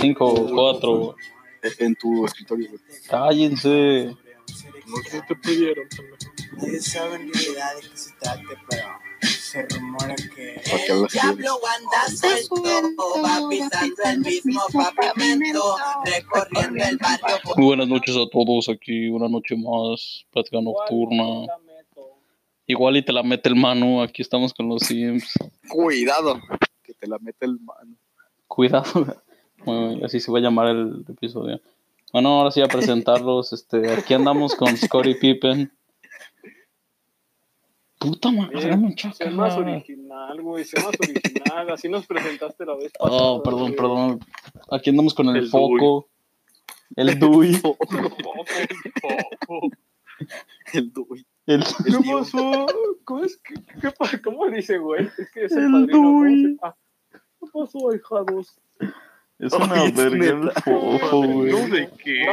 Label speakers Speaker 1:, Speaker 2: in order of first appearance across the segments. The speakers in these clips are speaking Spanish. Speaker 1: Cinco, cuatro.
Speaker 2: en tu escritorio, güey.
Speaker 1: Cállense.
Speaker 3: No sé si te pidieron,
Speaker 4: Nadie sabe en realidad de qué se trata, pero se rumora que.
Speaker 2: ¿Para qué hablas así, güey?
Speaker 4: anda
Speaker 5: suelto, va pisando el mismo pavimento, recorriendo el barrio
Speaker 1: Muy buenas noches a todos aquí, una noche más, plática nocturna. Igual y te la mete el mano, aquí estamos con los Sims.
Speaker 2: Cuidado, que te la mete el mano.
Speaker 1: Cuidado. Bueno, así se va a llamar el episodio. Bueno, ahora sí a presentarlos. Este, aquí andamos con Scotty Pippen. Puta madre,
Speaker 3: Bien,
Speaker 1: muchacha.
Speaker 3: Sea más original, güey. Sea más original. Así nos presentaste la vez pasada.
Speaker 1: Oh, perdón,
Speaker 3: güey.
Speaker 1: perdón. Aquí andamos con el,
Speaker 2: El
Speaker 1: foco. El Dui.
Speaker 3: Popo, popo.
Speaker 2: El duy.
Speaker 1: El,
Speaker 3: ¿Qué
Speaker 2: El tío.
Speaker 3: pasó? ¿Cómo, es que, qué pa- ¿Cómo le dice, güey? Es que es el,
Speaker 1: El
Speaker 3: padrino. ¿cómo se-
Speaker 1: Dui.
Speaker 3: ah, ¿Qué pasó, hijados?
Speaker 1: es
Speaker 2: una verga el
Speaker 1: foco,
Speaker 3: güey.
Speaker 2: de qué?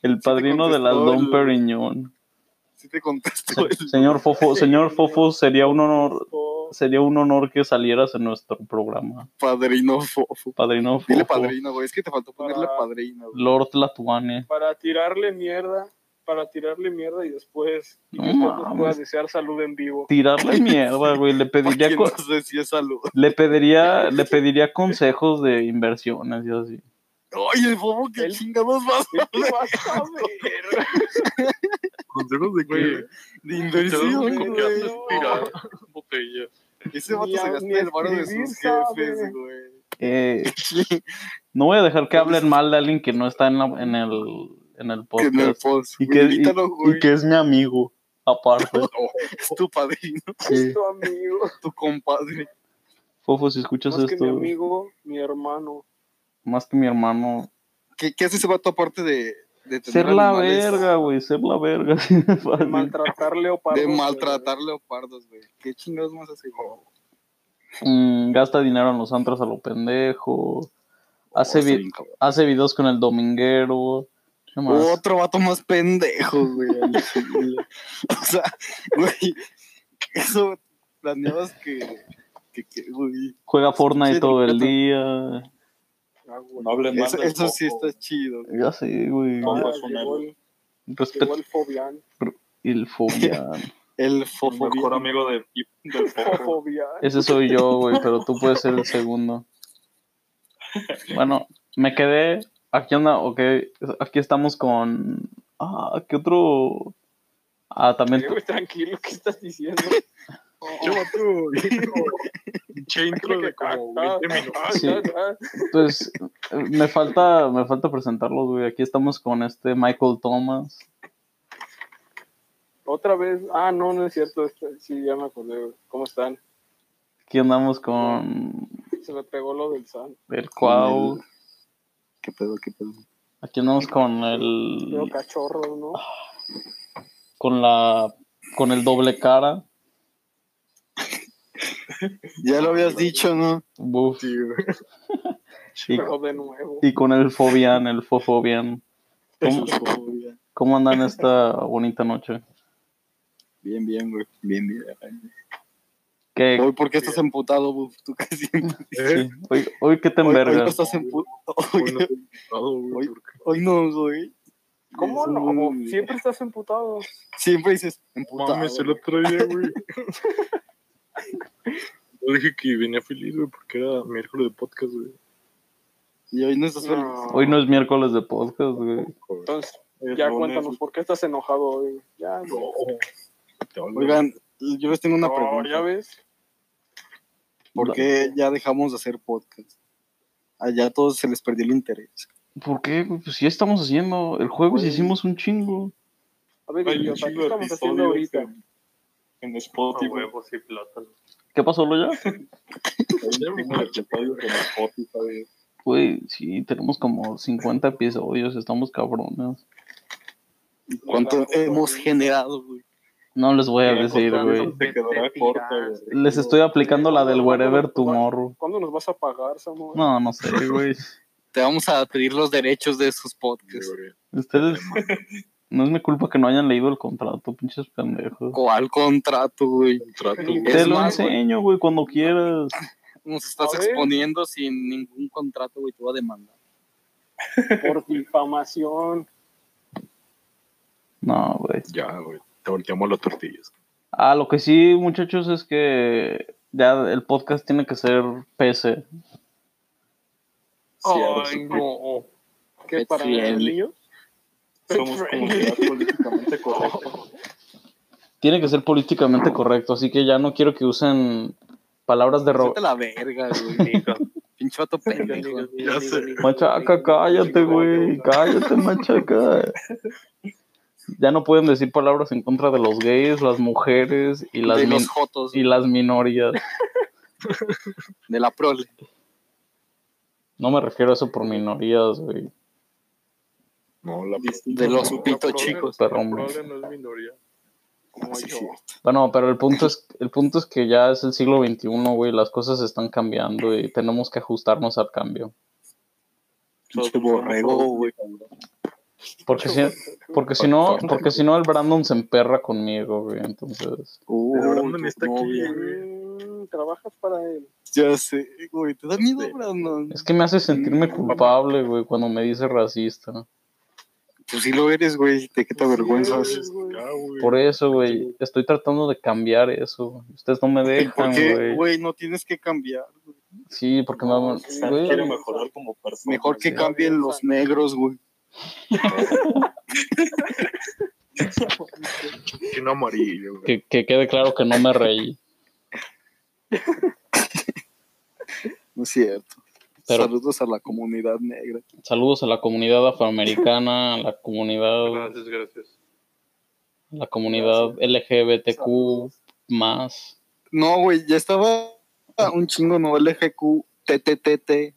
Speaker 1: El padrino de las
Speaker 2: contestó
Speaker 1: Don
Speaker 2: el-
Speaker 1: Periñón.
Speaker 2: Sí te contestó el
Speaker 1: Señor Fofo,
Speaker 3: Sí.
Speaker 1: señor Fofo, sería un honor,
Speaker 3: Oh,
Speaker 1: sería un honor que salieras en nuestro programa.
Speaker 2: padrino fofo.
Speaker 1: Padrino Fofo.
Speaker 2: Dile padrino, güey. Es que te faltó ponerle
Speaker 3: Ah.
Speaker 2: padrino, güey.
Speaker 1: Lord Latuane.
Speaker 3: para tirarle mierda. Para tirarle mierda y después. Y
Speaker 1: No
Speaker 3: que después nos
Speaker 1: mames.
Speaker 3: pueda desear salud en vivo.
Speaker 1: Tirarle mierda, güey. Le pediría,
Speaker 2: Porque no
Speaker 1: co-
Speaker 2: sé si es salud.
Speaker 1: le pediría, le pediría consejos de inversiones y así.
Speaker 2: Oye, el fofo, qué
Speaker 3: El-
Speaker 2: chingados vas.
Speaker 3: ¿Qué vas a ver?
Speaker 2: Consejos de
Speaker 6: Güey,
Speaker 2: De
Speaker 6: Yo
Speaker 2: inversión,
Speaker 6: como
Speaker 2: güey.
Speaker 6: que haces tirar botellas.
Speaker 2: Ese vato
Speaker 3: Ni a-
Speaker 2: se gasta
Speaker 3: ni
Speaker 2: el varo de
Speaker 3: escribir
Speaker 2: sus
Speaker 3: sabe.
Speaker 2: jefes, güey.
Speaker 1: Eh, no voy a dejar que hablen mal de alguien que no está en, la- en el, en el
Speaker 2: Que en el
Speaker 1: podcast.
Speaker 2: post.
Speaker 1: Y
Speaker 2: güey,
Speaker 1: que, y-
Speaker 2: Grítalo,
Speaker 1: y
Speaker 2: güey.
Speaker 1: que es mi amigo, aparte.
Speaker 2: Es tu padrino,
Speaker 1: Sí.
Speaker 3: Es tu amigo.
Speaker 2: tu compadre.
Speaker 1: Fofo, si escuchas
Speaker 3: Más que
Speaker 1: Pues esto,
Speaker 3: mi amigo, mi hermano.
Speaker 1: más que mi hermano,
Speaker 2: ¿Qué, qué hace ese vato aparte de, de tener
Speaker 1: Ser la
Speaker 2: animales?
Speaker 1: verga, güey, ser la verga.
Speaker 3: De maltratar leopardos.
Speaker 2: De
Speaker 3: güey.
Speaker 2: maltratar leopardos, güey. ¿Qué chingados más hace, güey?
Speaker 1: Mm, gasta dinero en los antros a lo pendejo. Hace,
Speaker 2: Oh, está
Speaker 1: vi-
Speaker 2: bien cabrón.
Speaker 1: hace videos con el dominguero. ¿Qué más?
Speaker 2: Otro vato más pendejo, güey. al chile. o sea, güey, eso planeabas que, que, que, güey.
Speaker 1: Juega Fortnite
Speaker 2: Sí,
Speaker 1: todo el
Speaker 2: neta.
Speaker 1: día.
Speaker 3: Ah, güey.
Speaker 6: No hable más
Speaker 2: Eso,
Speaker 6: del
Speaker 2: eso sí
Speaker 6: foco.
Speaker 2: está chido. güey.
Speaker 1: Ya sé, güey.
Speaker 3: Ah,
Speaker 6: No, es un
Speaker 3: llegó el-
Speaker 1: Respeto
Speaker 3: llegó el fobián.
Speaker 1: el fobián.
Speaker 2: El
Speaker 6: El
Speaker 2: fofo.
Speaker 6: mejor amigo del, del foco.
Speaker 3: Fobián.
Speaker 1: Ese soy yo, güey, pero tú puedes ser el segundo. Bueno, me quedé. Aquí anda, ok. Aquí estamos con. Ah, ¿qué otro? Ah, también.
Speaker 3: Eh, güey, tranquilo, ¿qué estás diciendo?
Speaker 6: Oh,
Speaker 2: Yo, vato,
Speaker 6: Pinche intro de como 20 minutos.
Speaker 1: Sí. Pues eh, me falta, me falta presentarlos, güey. Aquí estamos con este Michael Thomas.
Speaker 3: Otra vez. Ah, no, no es cierto. este- Sí, ya me acordé. güey. ¿Cómo están?
Speaker 1: Aquí andamos con
Speaker 3: Se me pegó lo del San.
Speaker 1: el Cuau.
Speaker 2: ¿Qué pedo, qué pedo?
Speaker 1: Aquí andamos con
Speaker 3: Pero
Speaker 1: el
Speaker 3: cachorro, ¿no?
Speaker 6: Ah,
Speaker 1: con la con el doble cara.
Speaker 2: Ya lo habías dicho, ¿no?
Speaker 1: Buf.
Speaker 2: Sí, güey.
Speaker 1: Y,
Speaker 3: Pero de nuevo.
Speaker 1: y con el Fobian, el Fofobian. ¿Cómo,
Speaker 2: El fofo, güey.
Speaker 1: ¿Cómo andan esta bonita noche?
Speaker 2: Bien, bien, güey. Bien, bien.
Speaker 1: ¿Qué,
Speaker 2: Hoy, ¿por qué estás emputado, buf? Tú casi.
Speaker 3: Eh,
Speaker 1: sí, hoy, hoy qué te
Speaker 2: Hoy, hoy no
Speaker 1: envergas?
Speaker 2: estás emputado.
Speaker 6: Hoy
Speaker 2: Hoy,
Speaker 6: no he entrado, güey,
Speaker 2: Hoy-
Speaker 6: porque-
Speaker 2: hoy no, güey.
Speaker 3: ¿Cómo no?
Speaker 2: Uy.
Speaker 3: Siempre estás emputado.
Speaker 2: Siempre dices emputado.
Speaker 6: Mames, el otro día, güey. Yo dije que venía feliz, güey, porque era miércoles de podcast, güey.
Speaker 2: Y hoy no estás feliz.
Speaker 3: No.
Speaker 1: Hoy no es miércoles de podcast, güey.
Speaker 3: Entonces,
Speaker 6: Es
Speaker 3: ya
Speaker 6: lunes,
Speaker 3: cuéntanos,
Speaker 6: güey.
Speaker 3: ¿por qué estás enojado hoy? Ya, güey.
Speaker 6: No. Te hablo.
Speaker 2: Oigan, yo les tengo una
Speaker 3: No,
Speaker 2: pregunta.
Speaker 3: ya ves.
Speaker 2: ¿Por qué ya dejamos de hacer podcast? Allá a todos se les perdió el interés.
Speaker 1: ¿Por qué? güey? Pues ya estamos haciendo. El jueves
Speaker 2: Güey.
Speaker 1: hicimos un chingo.
Speaker 3: A ver,
Speaker 6: Hay un
Speaker 3: idiota,
Speaker 6: chingo
Speaker 3: ¿qué
Speaker 6: de
Speaker 3: estamos haciendo
Speaker 6: episodios
Speaker 3: ahorita?
Speaker 6: en- En Spotify, güey.
Speaker 7: huevos y plotas.
Speaker 1: ¿Qué pasó, Loya?
Speaker 6: Hay un chingo de episodios en Spotify, güey.
Speaker 1: Güey, sí, tenemos como 50 episodios, estamos cabrones.
Speaker 2: ¿Cuánto
Speaker 3: Hola,
Speaker 2: hemos
Speaker 3: güey.
Speaker 2: generado, güey?
Speaker 1: No les voy a
Speaker 6: Ya
Speaker 1: decir,
Speaker 6: encontramos
Speaker 1: güey.
Speaker 6: Te quedará corta, güey.
Speaker 1: Les estoy aplicando la del wherever tomorrow.
Speaker 3: ¿Cuándo nos vas a pagar, Samuel?
Speaker 1: No, no sé, güey.
Speaker 2: Te vamos a pedir los derechos de esos podcasts.
Speaker 1: Ustedes. No es mi culpa que no hayan leído el contrato, pinches pendejos.
Speaker 2: ¿Cuál contrato, güey?
Speaker 6: Contrato,
Speaker 3: Ni
Speaker 6: güey.
Speaker 1: Te
Speaker 2: Es
Speaker 1: lo
Speaker 2: más, güey.
Speaker 1: enseño, güey, cuando quieras.
Speaker 2: Nos estás
Speaker 3: A ver.
Speaker 2: exponiendo sin ningún contrato, güey. Te voy a demandar.
Speaker 3: por difamación.
Speaker 1: No, güey.
Speaker 6: Ya, güey. Te volteamos las tortillas.
Speaker 1: Ah, lo que sí, muchachos, es que ya el podcast tiene que ser PC.
Speaker 3: Ay, no. ¿Qué
Speaker 2: Pet
Speaker 6: Pues
Speaker 3: para los
Speaker 2: friendly.
Speaker 3: niños?
Speaker 6: Somos comunidad políticamente correcta.
Speaker 1: Tiene que ser políticamente correcto, así que ya no quiero que usen palabras de robo.
Speaker 2: Vete a la verga, güey. Pinche vato pendejo.
Speaker 6: Ya sé.
Speaker 1: Machaca, cállate, güey. Cállate, machaca. Ya no pueden decir palabras en contra de los gays, las mujeres y las,
Speaker 2: de los
Speaker 1: min-
Speaker 2: jotos,
Speaker 1: y las minorías.
Speaker 2: de la prole.
Speaker 1: No me refiero a eso por minorías, güey.
Speaker 6: No, la
Speaker 2: De los pito chicos.
Speaker 1: Pero,
Speaker 6: Pero
Speaker 1: hombre.
Speaker 6: no es minoría.
Speaker 2: Como yo.
Speaker 1: Bueno, pero el punto es, el punto es que ya es el siglo XXI, güey. Las cosas están cambiando y tenemos que ajustarnos al cambio.
Speaker 2: Pinche borrego, güey.
Speaker 1: Porque si, porque si no, porque si no el Brandon se emperra conmigo, güey. Entonces.
Speaker 2: Uh,
Speaker 6: Pero Brandon
Speaker 2: tu
Speaker 6: está aquí,
Speaker 2: novia.
Speaker 3: Mm, Trabajas para él.
Speaker 2: Ya sé, güey. ¿Te da miedo,
Speaker 6: Sí.
Speaker 2: Brandon?
Speaker 1: Es que me hace sentirme culpable, güey, cuando me dice racista.
Speaker 2: Tú sí lo eres, güey. ¿De qué te avergüenzas?
Speaker 3: Sí, güey.
Speaker 6: Ya, güey.
Speaker 1: Por eso, güey, estoy tratando de cambiar eso. Ustedes no me dejan,
Speaker 2: ¿Por qué,
Speaker 1: güey.
Speaker 2: güey? No tienes que cambiar.
Speaker 1: Sí, porque me aman.
Speaker 3: Sí,
Speaker 1: güey,
Speaker 3: quiero
Speaker 6: mejorar como persona.
Speaker 2: Mejor que
Speaker 1: Sí.
Speaker 2: cambien los negros, güey.
Speaker 6: Que no amarillo, güey.
Speaker 1: Que, que quede claro que no me reí.
Speaker 2: No es cierto.
Speaker 1: Pero-
Speaker 2: Saludos a la comunidad negra.
Speaker 1: Saludos a la comunidad afroamericana, a la comunidad,
Speaker 6: Gracias, gracias.
Speaker 1: la comunidad LGBTQ más.
Speaker 2: No, güey, ya estaba un chingo, no, LGQ, TTTT,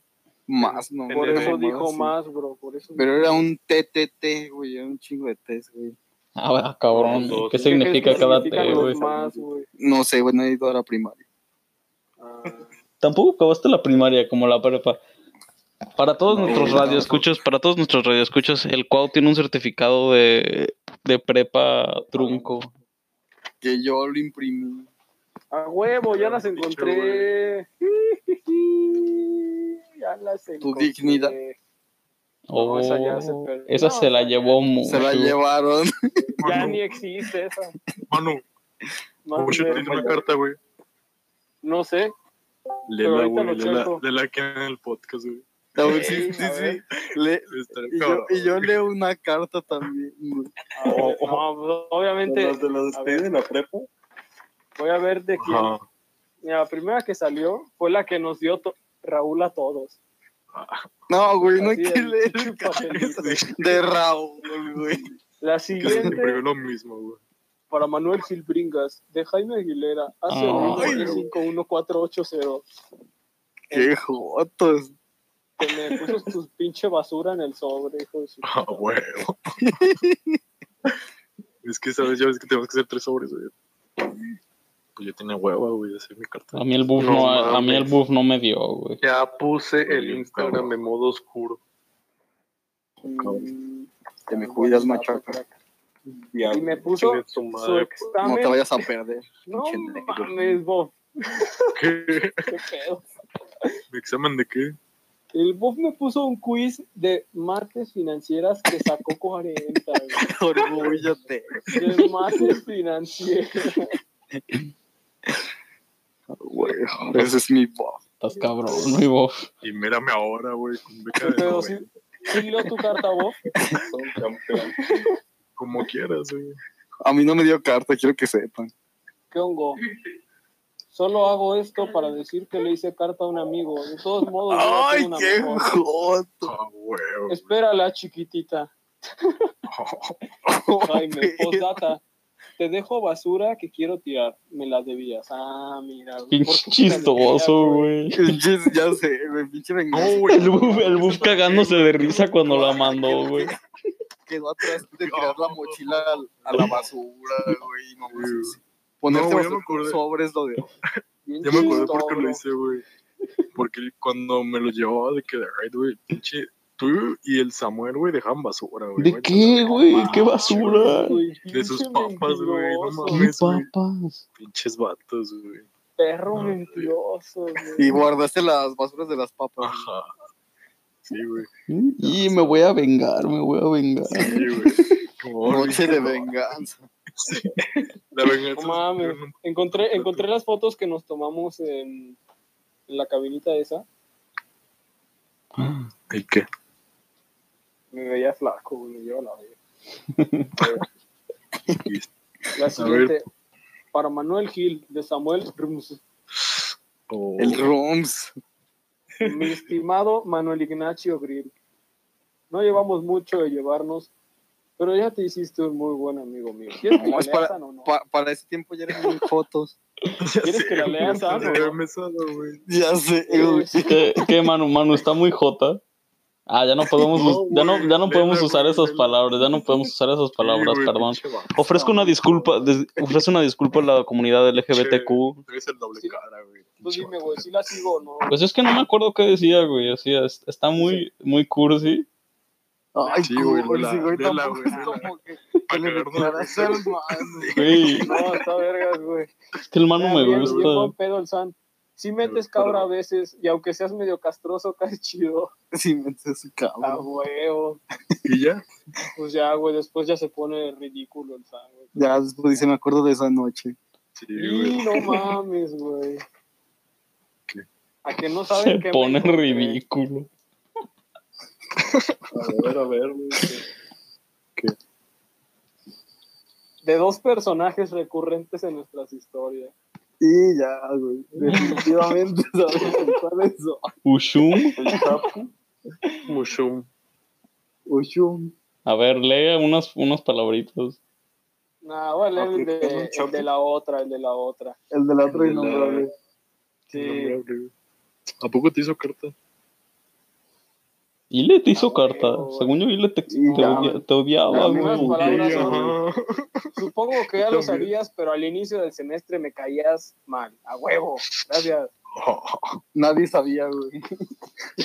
Speaker 2: más, no.
Speaker 3: Por
Speaker 6: NB,
Speaker 3: eso dijo
Speaker 2: sí.
Speaker 3: más, bro. Por eso.
Speaker 2: Pero era un TTT, güey, era un chingo de T's, güey.
Speaker 1: Ah, va, cabrón,
Speaker 6: Los dos.
Speaker 1: ¿qué
Speaker 3: ¿Qué
Speaker 1: significa
Speaker 3: crees que
Speaker 1: cada T,
Speaker 3: significan los
Speaker 1: güey?
Speaker 3: más, güey?
Speaker 2: No sé, güey, no he ido a la primaria.
Speaker 3: Ah,
Speaker 1: Tampoco acabaste la primaria como la prepa. Para todos
Speaker 2: No,
Speaker 1: nuestros
Speaker 2: no.
Speaker 1: radioescuchas, para todos nuestros radioescuchas, el Cuau tiene un certificado de, de prepa trunco.
Speaker 2: Que yo lo imprimí.
Speaker 3: A huevo, ya las encontré. ya las encontré.
Speaker 2: dignidad.
Speaker 1: Oh,
Speaker 3: No,
Speaker 1: esa
Speaker 3: esa ya se perdió. No,
Speaker 1: se la
Speaker 3: esa
Speaker 1: llevó mucho.
Speaker 2: Se la llevaron.
Speaker 3: Ya ni existe esa.
Speaker 6: Manu,
Speaker 3: No,
Speaker 6: Manu,
Speaker 3: sé,
Speaker 6: te una carta, güey.
Speaker 3: no sé. Pero
Speaker 6: Lela,
Speaker 3: ahorita
Speaker 6: güey.
Speaker 3: lo
Speaker 6: Lela,
Speaker 3: checo.
Speaker 6: lela aquí en el podcast, güey.
Speaker 2: A ver,
Speaker 3: Sí,
Speaker 2: sí, sí,
Speaker 3: a ver.
Speaker 2: sí. Le-
Speaker 6: Está
Speaker 2: y, yo,
Speaker 6: cabrón.
Speaker 2: y yo leo una carta también, güey.
Speaker 3: A ver, no, pues, obviamente.
Speaker 7: los de los
Speaker 3: a
Speaker 7: despedidos
Speaker 3: ver.
Speaker 7: de la prepa.
Speaker 3: Voy a ver de quién.
Speaker 6: Ajá.
Speaker 3: Mira, la primera que salió fue la que nos dio to- Raúl a todos.
Speaker 2: No, güey, no hay
Speaker 3: Así
Speaker 2: que
Speaker 3: el
Speaker 2: leer el
Speaker 3: pinche papelito.
Speaker 2: de Raúl, güey.
Speaker 3: La
Speaker 6: Siempre
Speaker 3: siguiente
Speaker 6: lo mismo, güey.
Speaker 3: para Manuel Gilbringas, de Jaime Aguilera, hace
Speaker 1: Ah.
Speaker 2: Qué jotos.
Speaker 3: que me puso tu pinche basura en el sobre, hijo de su-
Speaker 6: Ah, huevo. es que, ¿sabes? Ya ves que tenemos que hacer tres sobres, güey. Pues yo tenía hueva, güey, de hacer mi carta.
Speaker 1: A mí el buff no,
Speaker 6: No
Speaker 1: a mí el
Speaker 6: mames.
Speaker 1: buff no me dio, güey.
Speaker 6: Ya puse
Speaker 7: el Instagram
Speaker 6: en modo oscuro.
Speaker 3: Mm,
Speaker 2: Te me cuidas, machaca.
Speaker 3: Y me puso
Speaker 6: Chingue tu
Speaker 3: su
Speaker 6: madre.
Speaker 2: No
Speaker 3: examen.
Speaker 2: te vayas a perder.
Speaker 3: No
Speaker 2: pinche negro.
Speaker 3: mames, Bob,
Speaker 6: ¿Qué?
Speaker 3: qué pedo.
Speaker 6: ¿Mi examen de qué?
Speaker 3: El Bob me puso un quiz de martes financieras que sacó 40. güey.
Speaker 2: Orgúllate.
Speaker 3: De martes financieras.
Speaker 2: Güey, ese es mi pop.
Speaker 1: Estás cabrón, mi buff.
Speaker 6: Y mírame ahora, güey, con beca
Speaker 3: Qué
Speaker 6: de
Speaker 3: pedo.
Speaker 6: joven.
Speaker 3: ¿Sí, sí leo tu carta, Bob?
Speaker 7: Son campeón.
Speaker 6: Como quieras, güey.
Speaker 2: A mí no me dio carta, quiero que sepan.
Speaker 3: ¿Qué hongo? Solo hago esto para decir que le hice carta a un amigo. De todos modos, yo ya
Speaker 2: ¡Ay,
Speaker 3: tengo una
Speaker 2: qué
Speaker 3: mejor.
Speaker 2: joto!
Speaker 6: Ah, huevo.
Speaker 3: Espérala, chiquitita. Jaime,
Speaker 2: Pero-
Speaker 3: postdata. Te dejo basura que quiero tirar. Me la debías. Ah, mira. güey, ¿por
Speaker 1: Pinche
Speaker 3: qué me la debías,
Speaker 1: chistoso, güey.
Speaker 2: Pinches, ya sé, güey, pinche venganza.
Speaker 6: No, güey.
Speaker 1: El buff, el buff cagándose de risa cuando la mandó, güey.
Speaker 2: Quedó atrás de tirar la mochila al- a la basura, güey. No,
Speaker 6: güey.
Speaker 2: Ponerte
Speaker 6: No,
Speaker 2: no,
Speaker 6: ya me acordé.
Speaker 2: sobres lo de.
Speaker 3: Bien
Speaker 6: Ya me acordé
Speaker 3: chistoso.
Speaker 6: por qué lo hice, güey. Porque cuando me lo llevaba de que, ay, güey, pinche, tú y el Samuel, güey, dejaban basura, güey.
Speaker 1: ¿De qué, güey? ¿Qué basura?
Speaker 3: Güey,
Speaker 6: De sus
Speaker 3: pinche
Speaker 6: papas, güey, no
Speaker 3: mentiroso.
Speaker 6: mames.
Speaker 1: ¿Qué papas?
Speaker 6: Pinches vatos, güey.
Speaker 3: perro mentiroso, güey.
Speaker 2: Y guardaste las basuras de las papas.
Speaker 6: Ajá. Sí, güey.
Speaker 1: Y me voy a vengar, me voy a vengar.
Speaker 6: Sí, güey. Como
Speaker 2: Noche de venganza.
Speaker 6: La venganza.
Speaker 3: No mames. Encontré, encontré las fotos que nos tomamos en, en la cabinita esa.
Speaker 6: ¿Y qué?
Speaker 3: Me veía flaco, güey. Yo la veía.
Speaker 6: Y-
Speaker 3: La siguiente. Para Manuel Gil, de Samuel Rums.
Speaker 6: oh,
Speaker 2: El Roms.
Speaker 3: Mi estimado Manuel Ignacio Grill, no llevamos mucho de llevarnos, pero ya te hiciste un muy buen amigo mío. ¿Quieres que
Speaker 2: No,
Speaker 3: la
Speaker 2: es
Speaker 3: leas o no?
Speaker 2: Pa- para ese tiempo ya eran muy fotos.
Speaker 6: ya
Speaker 3: ¿Quieres
Speaker 6: sé,
Speaker 3: que la leas,
Speaker 6: güey,
Speaker 3: Ana?
Speaker 6: se había mesado, güey.
Speaker 2: Ya sé, güey.
Speaker 3: Sí,
Speaker 1: ¿Qué, qué Manu? Manu está muy jota. Ah, ya no podemos,
Speaker 6: No,
Speaker 1: us- ya no, ya no
Speaker 6: güey,
Speaker 1: podemos
Speaker 6: vela,
Speaker 1: usar
Speaker 6: güey,
Speaker 1: esas
Speaker 6: vela.
Speaker 1: palabras, ya no podemos usar esas
Speaker 6: Sí,
Speaker 1: palabras,
Speaker 6: güey,
Speaker 1: perdón.
Speaker 6: pinche vato.
Speaker 1: Ofrezco una disculpa, des- ofrezco una disculpa a la comunidad LGBTQ.
Speaker 6: Traes el doble
Speaker 3: Sí.
Speaker 6: cara, güey.
Speaker 3: Tú
Speaker 6: pinche
Speaker 3: pues dime,
Speaker 6: vato.
Speaker 3: güey, si la sigo o no.
Speaker 1: Pues es que no me acuerdo qué decía, güey, así es- está muy, muy cursi.
Speaker 2: Ay,
Speaker 6: Sí, güey,
Speaker 2: güey, sí,
Speaker 6: vela,
Speaker 2: güey,
Speaker 6: vela,
Speaker 2: tampoco
Speaker 6: güey,
Speaker 2: es
Speaker 6: vela.
Speaker 2: como que, que
Speaker 6: Para
Speaker 2: le
Speaker 6: cagarnos,
Speaker 2: declaras
Speaker 6: güey.
Speaker 2: algo, mano.
Speaker 1: Güey,
Speaker 3: No, está vergas, güey.
Speaker 1: es que el Manu me
Speaker 3: Bien, bien buen
Speaker 1: gusta.
Speaker 3: pedo el San. Si metes cabra a veces, y aunque seas medio castroso, caes chido.
Speaker 2: Sí, me haces
Speaker 3: A
Speaker 2: cabrón.
Speaker 3: huevo.
Speaker 6: ¿Y ya?
Speaker 3: Pues ya, güey, después ya se pone ridículo el San, güey.
Speaker 2: Ya después dice, me acuerdo de esa noche.
Speaker 6: Sí,
Speaker 3: Y
Speaker 6: güey.
Speaker 3: no mames, güey.
Speaker 6: ¿Qué?
Speaker 3: A que no
Speaker 1: Se
Speaker 3: saben qué
Speaker 1: pone
Speaker 3: me-
Speaker 1: ridículo.
Speaker 6: A ver, a ver, güey.
Speaker 3: de dos personajes recurrentes en nuestras historias.
Speaker 2: Y ya, güey. Definitivamente sabemos cuál es.
Speaker 1: Ushum.
Speaker 7: Mushum.
Speaker 2: Oshun.
Speaker 1: A ver, lee unas, unas palabritas.
Speaker 3: Nah, voy a leer
Speaker 6: Ah,
Speaker 3: el de, el de la otra, el de la otra.
Speaker 2: El de la otra
Speaker 6: El de la-
Speaker 2: innombrable.
Speaker 3: Sí.
Speaker 6: ¿A poco te hizo carta?
Speaker 1: Ile te hizo
Speaker 3: Ah,
Speaker 1: carta.
Speaker 3: güey.
Speaker 1: Según yo, Ile te, te,
Speaker 2: Y ya,
Speaker 1: odia- te odiaba,
Speaker 3: Las mismas
Speaker 1: güey.
Speaker 3: palabras
Speaker 6: Sí,
Speaker 3: son-
Speaker 6: ajá.
Speaker 3: Supongo que ya lo
Speaker 6: Yo también.
Speaker 3: sabías, pero al inicio del semestre me caías mal. A huevo. Gracias.
Speaker 6: Oh,
Speaker 2: Nadie sabía, güey.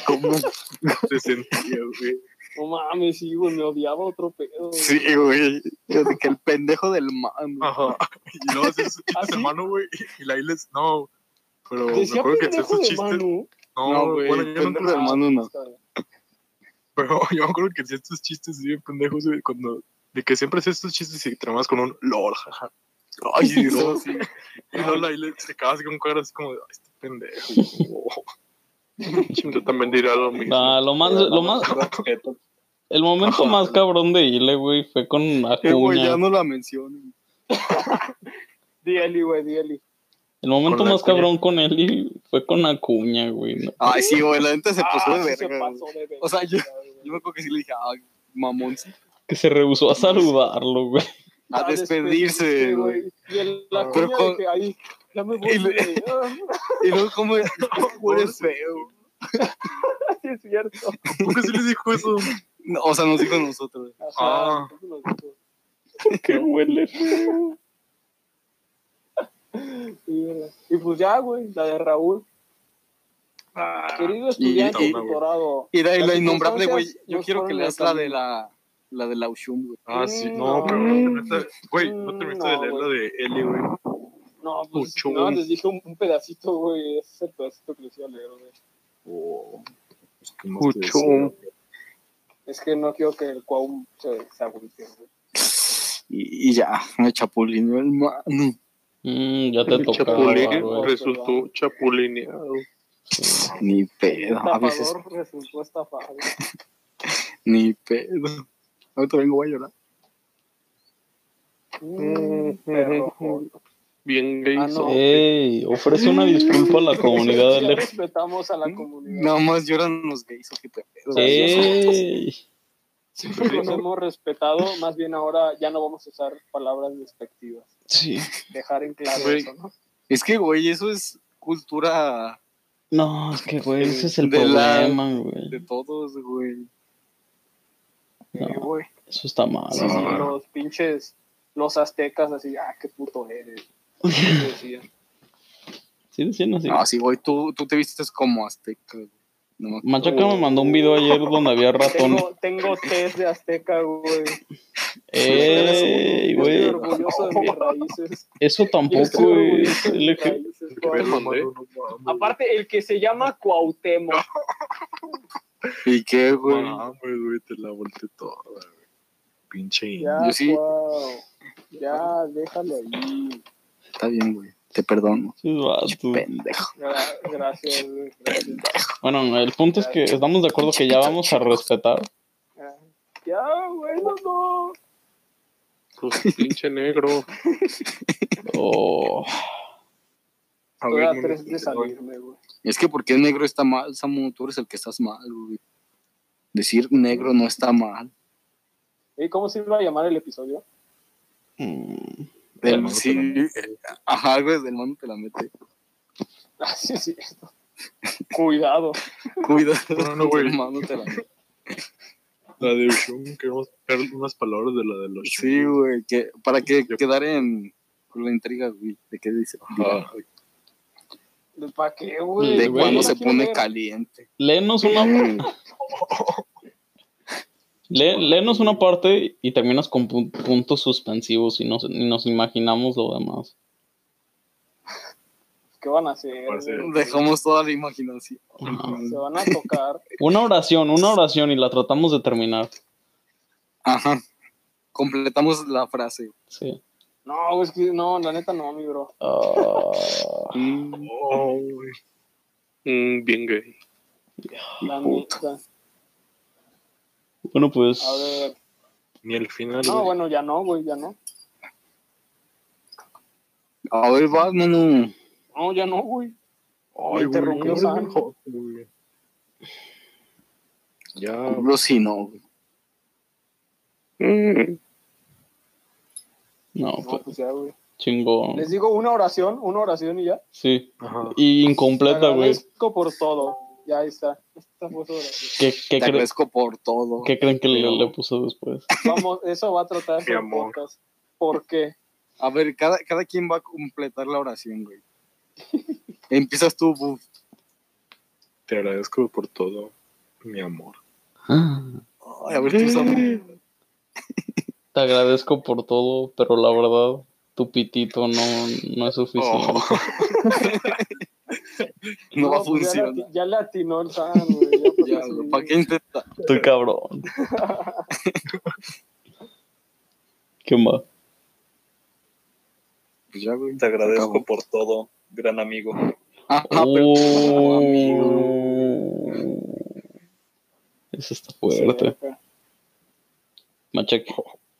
Speaker 2: ¿Cómo?
Speaker 6: se sentía, güey.
Speaker 3: No mames, sí, güey, me odiaba otro pedo. güey.
Speaker 2: Sí, güey. Yo de que el pendejo del man.
Speaker 6: Ajá. Y luego haces sus chistes
Speaker 3: ¿Ah, sí?
Speaker 6: de mano, güey. Y la Iles, no. Pero me
Speaker 3: Decía
Speaker 6: acuerdo que hacía
Speaker 3: pendejo
Speaker 6: sus
Speaker 3: de
Speaker 6: chistes.
Speaker 3: Manu.
Speaker 2: No,
Speaker 6: No,
Speaker 2: güey.
Speaker 6: bueno,
Speaker 2: el
Speaker 6: yo no
Speaker 2: pendejo del
Speaker 3: creo-
Speaker 2: man, no.
Speaker 3: Está bien.
Speaker 6: Pero yo me acuerdo que hacía estos chistes así bien pendejos, güey, cuando. De que siempre hacía estos chistes y tramas con un LOL, jaja.
Speaker 2: Ay, eso sí.
Speaker 6: Y luego la Iles se acaba así con caras así como de, "Ay, este pendejo. güey".
Speaker 7: Yo también diría lo mismo.
Speaker 1: Nah, Ah, lo más, lo más, el momento más cabrón de Ile, güey, fue con
Speaker 2: Eh, güey, ya
Speaker 1: Acuña.
Speaker 2: no la mencionen.
Speaker 3: Di Eli, güey, di Eli.
Speaker 1: El momento
Speaker 6: Con
Speaker 1: más
Speaker 6: Acuña.
Speaker 1: cabrón con Eli fue con Acuña, güey. ¿no?
Speaker 2: Ay, sí, güey. La gente se pasó
Speaker 3: Ah,
Speaker 2: de
Speaker 3: sí se
Speaker 2: verga. güey.
Speaker 3: pasó de verga.
Speaker 2: O sea, yo, yo me acuerdo que sí le dije, ay, mamón. sí.
Speaker 1: Que se rehusó a saludarlo, güey.
Speaker 2: A despedirse, güey. Ah,
Speaker 3: Y el, la
Speaker 2: Pero
Speaker 3: cuña
Speaker 2: con-
Speaker 3: de que ahí, ya me voy.
Speaker 2: Y le-
Speaker 3: güey. Ah,
Speaker 2: Y luego, como, no, eres feo.
Speaker 3: Ah, sí es cierto.
Speaker 6: ¿Por qué se les dijo eso?
Speaker 2: No, o sea, nos dijo a nosotros.
Speaker 3: Ajá,
Speaker 6: Ah.
Speaker 3: eso nos dijo.
Speaker 1: Que huele feo.
Speaker 3: Y, eh, y pues ya, güey, la de Raúl. Querido
Speaker 6: y-
Speaker 3: estudiante
Speaker 6: y-
Speaker 3: de doctorado.
Speaker 2: Y la, y
Speaker 3: Las
Speaker 2: la innombrable, güey.
Speaker 3: circunstancias
Speaker 2: Yo
Speaker 3: nos
Speaker 2: quiero que
Speaker 3: ponen
Speaker 2: leas
Speaker 3: en
Speaker 2: la
Speaker 3: camino.
Speaker 2: de la, la de la Ushum, güey.
Speaker 6: Ah, sí,
Speaker 3: Mm,
Speaker 6: no,
Speaker 3: no.
Speaker 6: pero no terminaste- güey, no
Speaker 3: Mm,
Speaker 6: terminaste de
Speaker 3: no,
Speaker 6: leer la
Speaker 3: güey.
Speaker 6: de Eli, güey.
Speaker 3: No, pues
Speaker 6: Mucho.
Speaker 3: no, les dije un, un pedacito, güey. Ese es el pedacito que les iba a leer, güey.
Speaker 6: Oh, pues, ¿qué más te
Speaker 7: Muchum.
Speaker 3: Es que no quiero que el Cuau se, se agüite, güey.
Speaker 2: Y, y ya, me chapulineó el man.
Speaker 1: Mm, ya te tocaba,
Speaker 7: Chapulín.
Speaker 1: güey.
Speaker 7: Resultó chapulineado.
Speaker 2: Ni
Speaker 3: El
Speaker 2: pedo, Eh, a
Speaker 3: tapador
Speaker 2: veces,
Speaker 3: resultó estafado.
Speaker 2: ni pedo. Ahorita vengo, voy a llorar.
Speaker 3: Mm, perro.
Speaker 7: Bien gay.
Speaker 3: Ah, no.
Speaker 1: Ey, ofrece una disculpa a la comunidad
Speaker 3: Sí,
Speaker 1: LGBTQ.
Speaker 3: respetamos a la comunidad.
Speaker 2: Nada más lloran los gays, o qué pedo.
Speaker 1: Ey,
Speaker 3: Siempre nos hemos respetado, más bien ahora ya no vamos a usar palabras despectivas.
Speaker 1: sí.
Speaker 3: Dejar en claro
Speaker 7: Güey.
Speaker 3: eso, ¿no?
Speaker 2: Es que, güey, eso es cultura
Speaker 1: No, es que, güey, ese es el
Speaker 2: De la-
Speaker 1: problema, güey.
Speaker 2: de todos, güey.
Speaker 3: Eh, güey.
Speaker 1: Eso está mal.
Speaker 3: Sí,
Speaker 1: güey.
Speaker 3: sí, los pinches, los aztecas así, ah, qué puto eres. Así decían.
Speaker 1: Sí, decían así.
Speaker 2: No, sí, güey, tú, tú te vistes como azteca, güey. No me acuerdo.
Speaker 1: Machaca me mandó un video ayer donde había ratones.
Speaker 3: Tengo, tengo test de azteca, güey. Yo Estoy
Speaker 1: Ey, güey.
Speaker 3: orgulloso de mis raíces. Yo
Speaker 1: Eso
Speaker 3: estoy
Speaker 1: tampoco
Speaker 3: orgulloso
Speaker 1: es
Speaker 3: de mis
Speaker 1: LG.
Speaker 3: raíces.
Speaker 6: que ves,
Speaker 3: Cuauhtémoc.
Speaker 6: mamá, no, no mames.
Speaker 3: Aparte, el que se llama Cuauhtémoc.
Speaker 2: ¿Y qué, güey?
Speaker 6: No mames, güey, te la volteé toda, güey. Pinche
Speaker 3: Ya,
Speaker 6: indio.
Speaker 2: Yo sí.
Speaker 3: Cuau. Ya, déjalo ahí.
Speaker 2: Está bien, güey. Te perdono.
Speaker 1: Sí, vato.
Speaker 2: Pendejo.
Speaker 3: Gra- Gracias, güey, gracias.
Speaker 1: Bueno, el punto es que estamos de acuerdo que ya vamos a respetar.
Speaker 3: Ah, Ya, güey, los dos.
Speaker 7: Pues, pinche negro.
Speaker 1: o
Speaker 6: A
Speaker 3: Estoy a
Speaker 6: ver,
Speaker 3: tres de
Speaker 6: güey,
Speaker 3: salirme, güey.
Speaker 2: Es que porque negro está mal, Samu, tú eres el que estás mal, güey. Decir negro no está mal.
Speaker 3: ¿Y cómo se iba a llamar el episodio?
Speaker 1: mm,
Speaker 2: Del-
Speaker 6: Del mono
Speaker 2: sí,
Speaker 6: te la
Speaker 2: eh, ajá, güey, del mano te la mete.
Speaker 3: Ah, sí, es cierto. Cuidado.
Speaker 2: Cuidado,
Speaker 6: No, no, güey.
Speaker 2: del mano te la mete.
Speaker 6: La de Ushun, queremos ver unas palabras de la de los
Speaker 2: Sí, güey, que, para que quedar en con la intriga, güey, de qué dice.
Speaker 6: Ajá.
Speaker 3: ¿Para qué, güey?
Speaker 2: De
Speaker 3: Yo
Speaker 1: güey,
Speaker 2: cuando
Speaker 3: no
Speaker 2: se
Speaker 3: quiero
Speaker 2: pone
Speaker 3: ver.
Speaker 2: caliente.
Speaker 1: léenos una, lé- léenos una parte y terminas con pun- puntos suspensivos y nos, y nos imaginamos lo demás.
Speaker 3: ¿Qué van a hacer?
Speaker 6: Parce.
Speaker 3: güey?
Speaker 2: Dejamos toda la imaginación.
Speaker 1: Ajá.
Speaker 3: Se van a tocar.
Speaker 1: Una oración, una oración y la tratamos de terminar.
Speaker 2: Ajá. Completamos la frase.
Speaker 1: Sí.
Speaker 3: No, güey, es que no, la neta no, mi bro.
Speaker 1: Ah,
Speaker 6: Oh, güey.
Speaker 7: Mm, bien gay.
Speaker 3: La neta.
Speaker 1: bueno, pues
Speaker 3: A ver.
Speaker 6: Ni el final.
Speaker 3: No,
Speaker 6: güey.
Speaker 3: bueno, ya no, güey, ya no.
Speaker 2: A ver, va, mano.
Speaker 3: No, ya no, güey.
Speaker 6: Ay, güey,
Speaker 3: interrumpió
Speaker 6: qué
Speaker 3: Sam.
Speaker 6: horror, güey. Ya,
Speaker 2: Yo sí, no, güey.
Speaker 7: Mm,
Speaker 1: no,
Speaker 3: No,
Speaker 1: pues
Speaker 3: pues ya, güey.
Speaker 1: chingo.
Speaker 3: Les digo una oración, una oración y ya.
Speaker 1: Sí.
Speaker 6: ajá.
Speaker 1: Y incompleta, güey.
Speaker 3: Agradezco por todo. Ya ahí está. Esta fue su oración.
Speaker 1: ¿Qué, qué,
Speaker 2: Te
Speaker 1: cre-
Speaker 2: agradezco por todo.
Speaker 1: qué creen que le,
Speaker 2: Pero-
Speaker 1: le puso después?
Speaker 3: Vamos, eso va a tratar
Speaker 6: Mi
Speaker 3: de
Speaker 6: amor.
Speaker 3: podcast. ¿Por qué?
Speaker 2: A ver, cada, cada quien va a completar la oración, güey. Empiezas tú, bu.
Speaker 6: Te agradezco por todo, mi amor.
Speaker 2: Ay, a ver, tú, Samu.
Speaker 1: Te agradezco por todo, pero la verdad, tu pitito no, no es
Speaker 2: Pues
Speaker 1: suficiente.
Speaker 8: Oh.
Speaker 2: No va a
Speaker 3: pues ya le
Speaker 2: funcionar.
Speaker 3: ati- Ya le atinó el San, güey. Ya, pues,
Speaker 2: Ya,
Speaker 3: así.
Speaker 2: güey, ¿para qué intentar?
Speaker 1: Estoy cabrón. ¿Qué más?
Speaker 2: Pues ya, güey.
Speaker 8: Te agradezco
Speaker 2: Acabó.
Speaker 8: por todo, gran amigo.
Speaker 2: Ajá, Ah, pero...
Speaker 1: Oh,
Speaker 2: amigo.
Speaker 1: Eso está
Speaker 3: Sí,
Speaker 1: fuerte.
Speaker 3: acá.
Speaker 1: Machaque.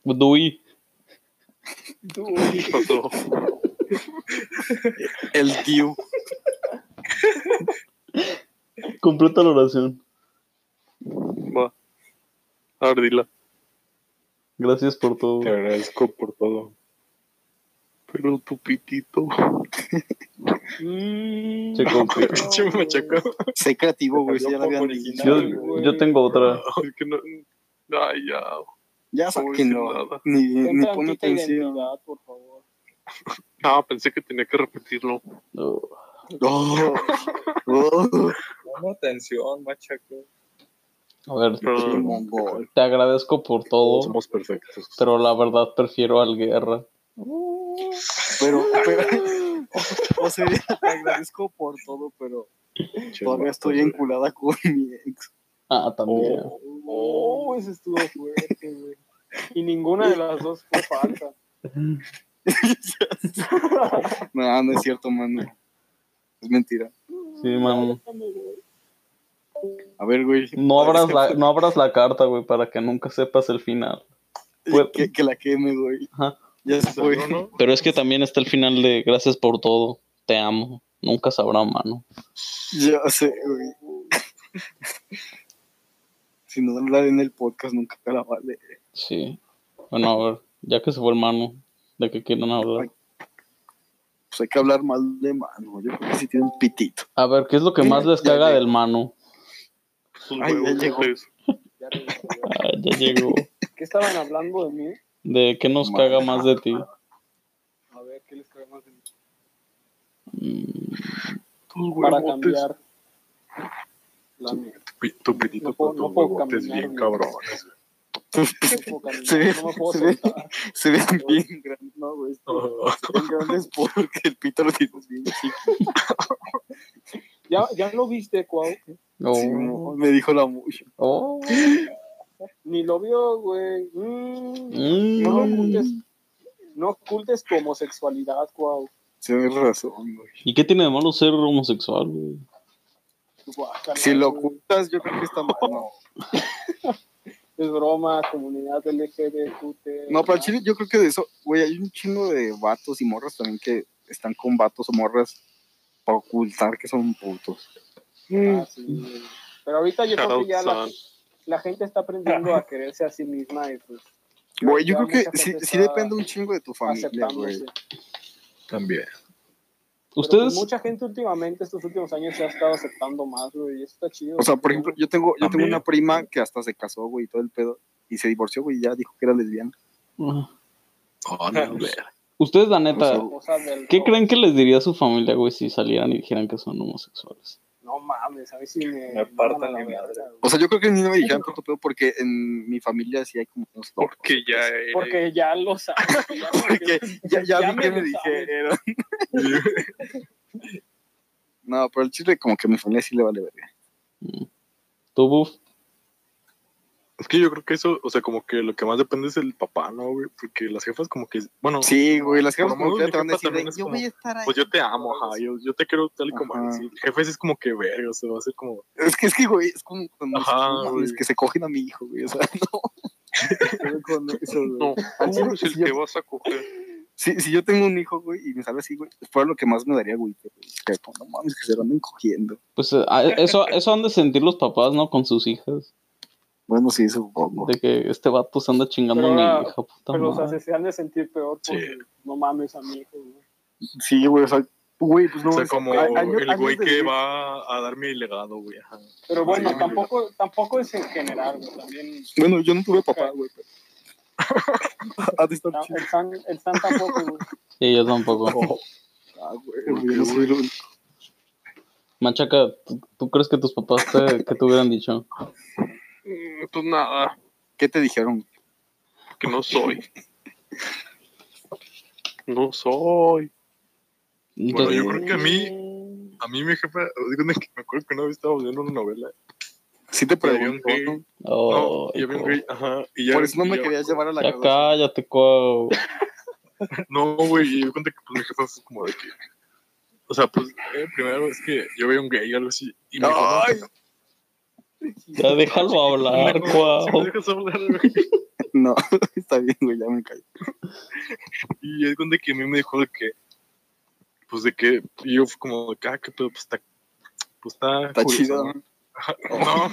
Speaker 1: Dui.
Speaker 3: Tú, güey.
Speaker 7: pasó.
Speaker 2: El tío.
Speaker 1: Completa la oración.
Speaker 7: Va. Ardila.
Speaker 1: Gracias por todo.
Speaker 6: Te agradezco por todo.
Speaker 7: Pero tu pitito.
Speaker 3: Mm,
Speaker 1: Che, compi.
Speaker 6: Pinche
Speaker 3: güey.
Speaker 6: machaca.
Speaker 2: Sé creativo, güey, si ya
Speaker 8: Salió
Speaker 2: la
Speaker 8: poco
Speaker 2: habían
Speaker 8: original.
Speaker 1: Yo,
Speaker 2: dicho.
Speaker 1: yo tengo otra.
Speaker 7: Ay, que no. Ay, ya.
Speaker 2: Ya
Speaker 7: sin
Speaker 2: sáquenlo.
Speaker 7: nada.
Speaker 2: Ni,
Speaker 3: Ten
Speaker 2: ni pone
Speaker 3: tantita
Speaker 2: atención.
Speaker 3: identidad, por favor.
Speaker 7: Ah, pensé que tenía que repetirlo.
Speaker 1: Oh,
Speaker 2: Oh, oh,
Speaker 8: Pon atención, machaco.
Speaker 1: A ver,
Speaker 2: qué
Speaker 7: Pero
Speaker 2: mongol.
Speaker 1: te agradezco por
Speaker 6: Todos
Speaker 1: todo,
Speaker 6: somos perfectos.
Speaker 1: pero la verdad prefiero al guerra.
Speaker 3: Mm.
Speaker 2: Pero, pero. O sea, te agradezco por todo, pero
Speaker 6: Pinche
Speaker 2: todavía
Speaker 6: vato,
Speaker 2: estoy
Speaker 6: güey.
Speaker 2: enculada con mi ex.
Speaker 1: Ah, también.
Speaker 3: Oh, ese estuvo fuerte, güey. Y ninguna de las dos fue falsa.
Speaker 2: No, no es cierto, mano. Es mentira.
Speaker 1: Sí, man.
Speaker 2: A ver, güey.
Speaker 1: No abras la, no abras la carta, güey, para que nunca sepas el final. pues-
Speaker 2: Que, que la queme, güey.
Speaker 1: Ajá.
Speaker 2: Ya se fue.
Speaker 6: No, no.
Speaker 1: Pero es que también está el final de gracias por todo, te amo. Nunca sabrá, mano.
Speaker 2: Ya sé, güey. Si no la en el podcast, nunca la vale.
Speaker 1: Sí. Bueno, a ver, ya que se fue el mano, ¿de qué quieren hablar?
Speaker 2: Pues hay que hablar mal de mano. Yo creo que sí tiene un pitito.
Speaker 1: A ver, ¿qué es lo que más les
Speaker 2: Ya,
Speaker 1: caga
Speaker 2: ya.
Speaker 1: del mano?
Speaker 7: Sus
Speaker 2: Ay, ya
Speaker 7: huevos.
Speaker 2: llegó.
Speaker 7: ustedes.
Speaker 3: Ya regresé, güey.
Speaker 1: Ah, ya llegó.
Speaker 3: ¿Qué estaban hablando de mí?
Speaker 1: ¿De qué nos
Speaker 2: Mano.
Speaker 1: caga más de ti?
Speaker 3: A ver, ¿qué les cae más de mí?
Speaker 1: Mm,
Speaker 6: Tus
Speaker 3: Para
Speaker 6: huevotes.
Speaker 3: cambiar. La mía.
Speaker 6: Tu pi- Tu pitito
Speaker 3: No puedo-
Speaker 6: con
Speaker 3: no
Speaker 6: tus
Speaker 3: puedo
Speaker 6: huevotes
Speaker 3: caminar,
Speaker 6: bien
Speaker 3: güey.
Speaker 6: cabrones. güey.
Speaker 3: Poca
Speaker 2: Se ve-
Speaker 3: niña, no me puedo
Speaker 2: se ve-
Speaker 3: soltar.
Speaker 2: Se ven bien grandes, no, güey. Se
Speaker 6: Ah,
Speaker 2: ven grandes porque el pito lo tiene bien chiquito.
Speaker 3: ¿Ya, ya lo viste, Cuau.
Speaker 1: Oh.
Speaker 2: Me dijo la mucho.
Speaker 1: Oh.
Speaker 3: Ni lo vio, güey. Mm,
Speaker 1: Mm.
Speaker 3: no ocultes. No ocultes tu homosexualidad, Cuau.
Speaker 2: Tienes razón, güey.
Speaker 1: ¿Y qué tiene de malo ser homosexual, güey?
Speaker 3: Guácala,
Speaker 2: Si lo
Speaker 3: güey.
Speaker 2: ocultas, yo creo que está mal. No,
Speaker 3: Es broma, comunidad LGBT.
Speaker 2: no pero al chile, yo creo que de eso, güey, hay un chingo de vatos y morras también que están con vatos o morras para ocultar que son putos. Mm.
Speaker 3: Ah, sí, güey. Pero ahorita yo creo que ya la,
Speaker 7: Shoutouts
Speaker 3: la gente está aprendiendo a quererse a sí misma y pues
Speaker 2: Güey, yo
Speaker 3: Ya
Speaker 2: creo que
Speaker 3: mucha
Speaker 2: sí,
Speaker 3: gente
Speaker 2: sí
Speaker 3: está
Speaker 2: depende un chingo de tu familia,
Speaker 3: aceptándose.
Speaker 2: güey.
Speaker 6: También.
Speaker 3: Pero,
Speaker 1: Ustedes,
Speaker 3: pues, mucha gente últimamente, estos últimos años, se ha estado aceptando más, güey, y eso está chido.
Speaker 2: O sea, por ejemplo, yo tengo, yo tengo
Speaker 6: También.
Speaker 2: una prima que hasta se casó, güey, y todo el pedo. Y se divorció, güey, y ya dijo que era lesbiana.
Speaker 6: Ah, no, ver.
Speaker 1: ustedes la
Speaker 3: Pues
Speaker 1: neta,
Speaker 2: O
Speaker 3: Cosa del
Speaker 1: ¿qué
Speaker 3: rock.
Speaker 1: creen que les diría su familia, güey, si salieran y dijeran que son homosexuales?
Speaker 3: No mames, a ver si me.
Speaker 8: Me parten
Speaker 3: mandan a la
Speaker 8: mi
Speaker 3: verga,
Speaker 2: O
Speaker 3: güey.
Speaker 2: sea, yo creo que ni no me dijeron tanto pedo porque en mi familia sí hay como unos locos.
Speaker 7: Porque ya eres.
Speaker 3: Porque ya lo saben. ya lo
Speaker 2: Porque ya, ya,
Speaker 3: Ya
Speaker 2: vi que
Speaker 3: me
Speaker 2: me
Speaker 3: lo saben.
Speaker 2: dijeron. no, pero el chile como que a mi familia sí le vale verga.
Speaker 1: ¿Tú, Buf?
Speaker 6: Es que yo creo que eso, o sea, como que lo que más depende es el papá, ¿no, güey? Porque las jefas como que, bueno,
Speaker 2: Sí, güey, las jefas
Speaker 6: Por lo
Speaker 2: como que
Speaker 6: menos
Speaker 2: te van a
Speaker 6: mi
Speaker 2: decir,
Speaker 6: jefa también
Speaker 2: de,
Speaker 6: es
Speaker 2: yo
Speaker 6: como-
Speaker 2: voy a estar ahí.
Speaker 6: pues yo te amo, ajá, yo, yo te quiero tal y como
Speaker 2: Ajá.
Speaker 6: eres. Y Jefes es como que verga, o sea, va a ser como,
Speaker 2: Es que, es que, güey, es como cuando
Speaker 6: Ajá,
Speaker 2: no mames,
Speaker 6: güey.
Speaker 2: que se cogen a mi hijo, güey, o sea, no. Yo con eso, güey.
Speaker 7: No,
Speaker 2: Al
Speaker 7: tú
Speaker 2: chile,
Speaker 7: eres el
Speaker 2: si yo-
Speaker 7: que vas a coger.
Speaker 2: Si, si yo tengo un hijo, güey, y me sale así, güey, fuera lo que más me daría, güey, que, que como, no mames, que se lo anden cogiendo.
Speaker 1: Pues eh, a- eso, eso han de sentir los papás, ¿no? Con sus hijas.
Speaker 2: Bueno, sí, supongo.
Speaker 1: De que este vato se anda chingando a
Speaker 3: Pero ahora-
Speaker 1: mi hija, puta
Speaker 3: Pero, o sea,
Speaker 1: madre.
Speaker 3: se, se han de sentir peor
Speaker 6: Sí.
Speaker 3: porque no mames a mi hijo, güey.
Speaker 2: Sí, güey, o sea, güey, pues no.
Speaker 6: o sea,
Speaker 2: es-
Speaker 6: como
Speaker 2: a- año-
Speaker 6: el güey
Speaker 2: años de
Speaker 6: que
Speaker 2: vivir.
Speaker 6: va a dar mi legado, güey, ajá.
Speaker 3: Pero bueno,
Speaker 6: Sí.
Speaker 3: tampoco, tampoco es en general, güey. También.
Speaker 2: Bueno, yo no tuve papá, güey. pero- Ha de estar chido.
Speaker 3: El San, el San tampoco, güey.
Speaker 1: Y yo tampoco.
Speaker 3: Oh.
Speaker 2: Ah, güey, güey, yo soy el único.
Speaker 1: Machaca, ¿tú, tú crees que tus papás te, que te hubieran dicho?
Speaker 7: Mm, Pues nada,
Speaker 2: ¿Qué te dijeron?
Speaker 7: que no soy. No soy.
Speaker 6: Bueno,
Speaker 1: Entonces,
Speaker 6: yo creo que a mí, a mí mi jefa, digo, de que me acuerdo que una vez estábamos viendo una novela.
Speaker 2: Sí te
Speaker 6: Y había un
Speaker 2: preguntó,
Speaker 6: güey,
Speaker 2: ¿no?
Speaker 1: Oh,
Speaker 6: no, y había un güey, ajá, y ya.
Speaker 2: Por eso no
Speaker 6: y
Speaker 2: me
Speaker 6: ya-
Speaker 2: querías llevar a la
Speaker 1: ya
Speaker 2: casa.
Speaker 1: cállate, cuau.
Speaker 6: No, güey, y yo conté que pues, mi jefa fue como de que. O sea, pues, eh, primero es que yo veía un gay o algo así. Y me dijo, no,
Speaker 2: Ay,
Speaker 1: Ya déjalo hablar,
Speaker 6: pendejo, si me
Speaker 1: cuau.
Speaker 6: dejas hablar, güey.
Speaker 2: no, está bien, güey, ya me callo.
Speaker 6: Y es donde que a mí me dijo de que. Pues de que. Y yo fui como de que, ah, qué pedo, pues está. Pues está.
Speaker 2: Está
Speaker 6: curioso,
Speaker 2: chido.
Speaker 6: ¿no? No,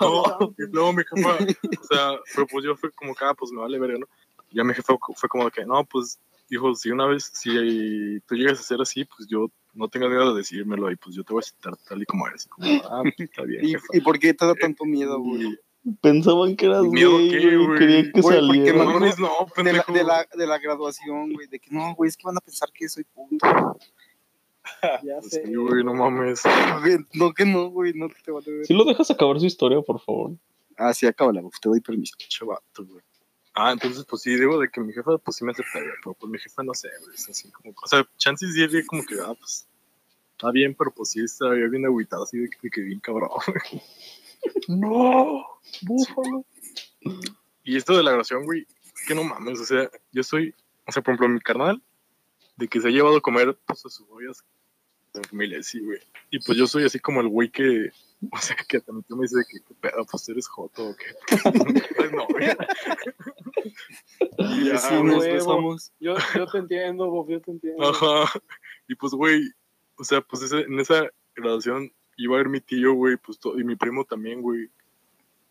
Speaker 6: no, y luego mi jefa, o sea, pero pues yo fue como que, ah, pues me vale verga, ¿no? Y ya mi jefa fue como que, no, pues, dijo, si una vez, si tú llegas a ser así, pues yo no tengas miedo de decírmelo y pues yo te voy a aceptar tal y como eres. Y como, ah, pues, está bien,
Speaker 2: ¿Y,
Speaker 6: jefa.
Speaker 2: ¿Y por qué te da tanto miedo, güey?
Speaker 6: Y-
Speaker 1: Pensaban que eras
Speaker 6: Miedo
Speaker 1: gay,
Speaker 6: qué,
Speaker 1: güey.
Speaker 6: güey.
Speaker 1: Querían que
Speaker 2: Güey, porque
Speaker 1: saliera.
Speaker 2: me
Speaker 6: No,
Speaker 2: acuerdo
Speaker 6: mames, no,
Speaker 2: De la,
Speaker 6: pendejo.
Speaker 2: de, la, de la graduación, güey, de que no, güey, es que van a pensar que soy puto.
Speaker 3: Ya
Speaker 6: Sí,
Speaker 3: sé.
Speaker 6: güey, no mames.
Speaker 2: Güey, No, que no, güey, no te vale ver.
Speaker 1: Si lo dejas acabar su historia, por favor.
Speaker 2: Ah, sí, acábala, güey, te doy permiso.
Speaker 6: Chavato, güey. Ah, entonces, pues sí, digo de que mi jefa, pues sí me aceptaría, pero pues mi jefa no sé, güey, es así como, o sea, chances sí había como que, ah, pues, está bien, pero pues sí estaría bien agüitado, así de que, de que bien cabrón, güey. ¡No! ¡Búfalo! Y esto de la grabación, güey, es que no mames, o sea, yo soy, o sea, por ejemplo, mi carnal, de que se ha llevado a comer, pues, a sus novias, a su familia, sí, güey. Y pues yo soy así como el güey que, o sea, que también me dice de que, ¿qué pedo? Pues eres joto, o qué Ay, no, güey. Y ya,
Speaker 2: sí,
Speaker 6: güey.
Speaker 2: nos
Speaker 3: huevo.
Speaker 2: besamos.
Speaker 3: Yo, yo te entiendo, Bob, yo te entiendo.
Speaker 6: Ajá. Y pues, güey, o sea, pues ese- en esa graduación iba a ir mi tío, güey, pues to- y mi primo también, güey.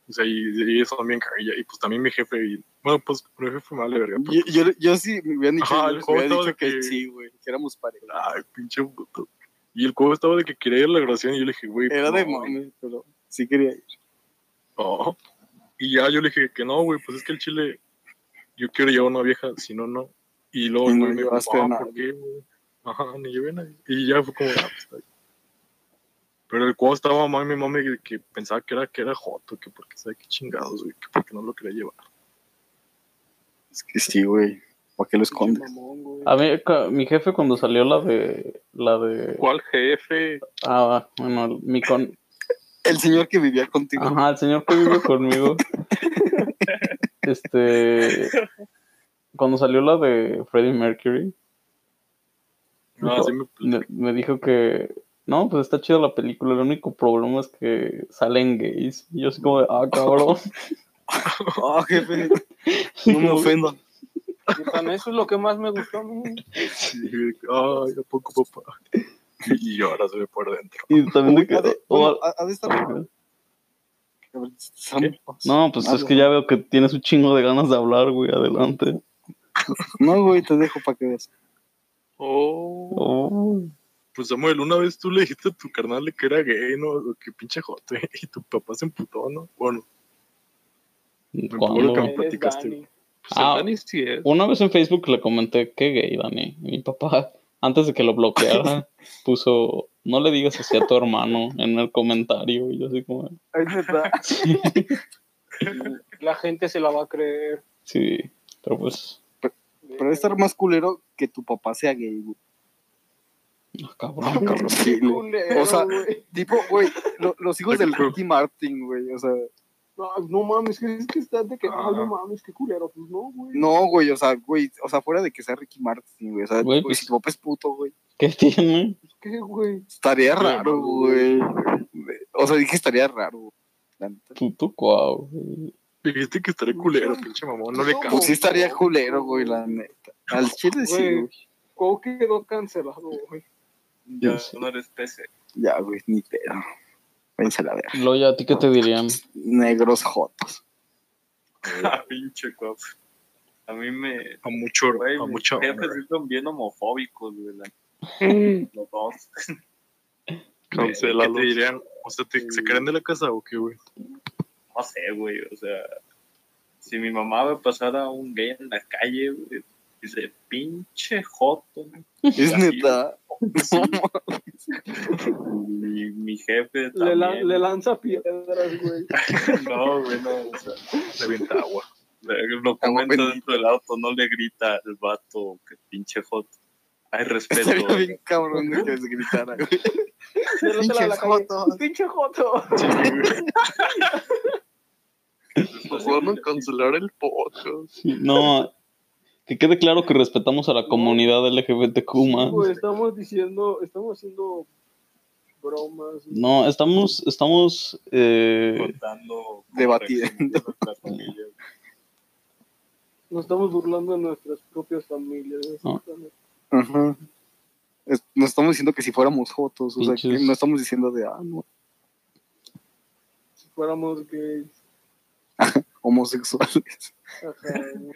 Speaker 6: O sea, y, y eso también caía. Y pues también mi jefe. Y, bueno, pues mi jefe me vale verga. pero,
Speaker 2: Yo, yo, yo sí me hubieran dicho,
Speaker 6: Ajá,
Speaker 2: yo
Speaker 6: el
Speaker 2: les hubiera
Speaker 6: joto
Speaker 2: dicho
Speaker 6: de
Speaker 2: que,
Speaker 6: que- Ah,
Speaker 2: sí, güey, que éramos pareja.
Speaker 6: Ay, pinche puto. Y el cubo estaba de que quería ir a la graduación. Y yo le dije, güey.
Speaker 2: Era
Speaker 6: pues,
Speaker 2: de
Speaker 6: no, güey,
Speaker 2: mames, pero sí quería ir.
Speaker 6: no. Oh. Y ya yo le dije que no, güey, pues es que el chile. Yo quiero llevar una vieja, si no, no. Y luego
Speaker 2: Y
Speaker 6: el
Speaker 2: no
Speaker 6: güey me dijo,
Speaker 2: llevaste a
Speaker 6: "Ah,
Speaker 2: nadie".
Speaker 6: ¿por qué, güey? Ajá, ni llevé a nadie. Y ya fue como, ah, pues está bien. Pero el cuadro estaba mamá y mi mamá que, que pensaba que era, que era Joto, que porque sabe qué chingados, güey, que porque no lo quería llevar.
Speaker 2: Es que sí, güey. ¿Para qué lo
Speaker 3: Pinche
Speaker 2: escondes?
Speaker 3: mamón, güey.
Speaker 1: A mí, cu- mi jefe cuando salió la de, la de,
Speaker 7: ¿Cuál jefe?
Speaker 1: ah, bueno, mi con,
Speaker 2: El señor que vivía contigo.
Speaker 1: ajá, el señor que vive conmigo, este, cuando salió la de Freddie Mercury,
Speaker 6: No,
Speaker 1: Dijo,
Speaker 6: así Ah, me
Speaker 1: me, me dijo que no, pues está chida la película, el único problema es que salen gays. Y yo así como de, ah, cabrón.
Speaker 2: Ah, jefe. No me ofendo.
Speaker 3: Tan- Eso es lo que más me gustó a mí.
Speaker 6: dije, ay, ¿a poco, papá? Y lloras, güey, por dentro.
Speaker 1: y también de que,
Speaker 2: Ha de,
Speaker 1: oh,
Speaker 2: bueno, ha- ha de estar. A ver, Sam,
Speaker 1: no, pues es que ya veo que tienes un chingo de ganas de hablar, güey, adelante.
Speaker 2: No, güey, te dejo para que veas.
Speaker 7: Oh,
Speaker 1: Oh,
Speaker 6: Pues Samuel, una vez tú le dijiste a tu carnal que era gay, ¿no? O Que pinche Joto, y tu papá se emputó, ¿no? Bueno,
Speaker 1: ¿cuándo?
Speaker 6: que-
Speaker 3: Eres
Speaker 6: platicaste.
Speaker 3: Dani.
Speaker 7: pues
Speaker 1: Ah.
Speaker 7: el Dani sí es.
Speaker 1: Una vez en Facebook le comenté que gay, Dani. Y mi papá, antes de que lo bloqueara, puso, no le digas así a tu hermano en el comentario. Y yo así como,
Speaker 2: Ahí está.
Speaker 1: sí,
Speaker 3: La gente se la va a creer.
Speaker 1: sí, pero pues,
Speaker 2: Pero ha de estar más culero que tu papá sea gay, güey.
Speaker 1: ah, cabrón, cabrón.
Speaker 2: Sí, güey.
Speaker 3: Culero,
Speaker 2: O sea-
Speaker 3: güey.
Speaker 2: Tipo, güey, lo- los hijos del Ricky Martin, güey. O sea,
Speaker 3: no, no mames, que es que estás de que,
Speaker 6: Ah.
Speaker 3: ah, no mames, qué culero, pues no, güey.
Speaker 2: no, güey, o sea, güey, o sea, fuera de que sea Ricky Martin, güey. O sea,
Speaker 1: Güey,
Speaker 2: güey,
Speaker 1: pues-
Speaker 2: si tu papá es puto, güey.
Speaker 1: ¿Qué tiene?
Speaker 3: ¿Qué, güey?
Speaker 2: Estaría raro, güey. O sea, dije estaría raro, güey. la neta.
Speaker 1: Puto cuau. güey.
Speaker 6: Dijiste que estaré culero, pinche mamón, no le
Speaker 3: No,
Speaker 2: Pues
Speaker 6: cago.
Speaker 2: sí estaría culero, güey, la neta. Al chile sí,
Speaker 3: Güey.
Speaker 2: güey.
Speaker 3: Cuau quedó cancelado, güey.
Speaker 8: Ya no eres PC.
Speaker 2: Ya, güey, ni pedo. Pensé la ver.
Speaker 1: Loya, ¿a ti qué te dirían?
Speaker 2: Negros jotos.
Speaker 8: Ah, pinche cop. A mí me.
Speaker 6: A mucho,
Speaker 8: Güey,
Speaker 6: a
Speaker 8: mis
Speaker 6: mucho.
Speaker 8: jefes sí son bien homofóbicos, güey. la- Los dos.
Speaker 6: ¿Qué te
Speaker 7: Cancélalo.
Speaker 6: dirían? O sea, ¿te, ¿se creen de la casa o qué, güey?
Speaker 8: No sé, güey. O sea, si mi mamá ve pasar a un gay en la calle, güey, dice, pinche joto. ¿no?".
Speaker 2: Es
Speaker 8: Ya,
Speaker 2: neta.
Speaker 8: Sí. Y mi jefe
Speaker 3: Le,
Speaker 8: también.
Speaker 3: la- le lanza piedras, güey.
Speaker 8: No, güey, no. O sea,
Speaker 6: Revienta agua.
Speaker 8: Le- Lo
Speaker 2: Agua
Speaker 8: comenta
Speaker 2: bendita.
Speaker 8: dentro del auto, no le grita al vato, que pinche joto. Hay respeto.
Speaker 2: Estaría bien cabrón de que se gritara, güey.
Speaker 3: Délasela a la calle.
Speaker 2: Pinches jotos.
Speaker 3: Pinche joto.
Speaker 7: Nos van a cancelar el podcast.
Speaker 1: Sí, No, que quede claro que respetamos a la comunidad LGBTQ.
Speaker 3: Güey, estamos diciendo, estamos haciendo bromas. güey.
Speaker 1: No, estamos, estamos, eh,
Speaker 8: Contando
Speaker 2: Debatiendo.
Speaker 8: nuestra familia.
Speaker 3: Nos estamos burlando de nuestras propias familias.
Speaker 2: Ah.
Speaker 3: exactamente.
Speaker 2: Ajá. Es- No estamos diciendo que si fuéramos jotos, o sea, que
Speaker 1: Pinches.
Speaker 2: no estamos diciendo de, ah, no,
Speaker 3: Si fuéramos gays.
Speaker 2: homosexuales.
Speaker 3: ajá, güey.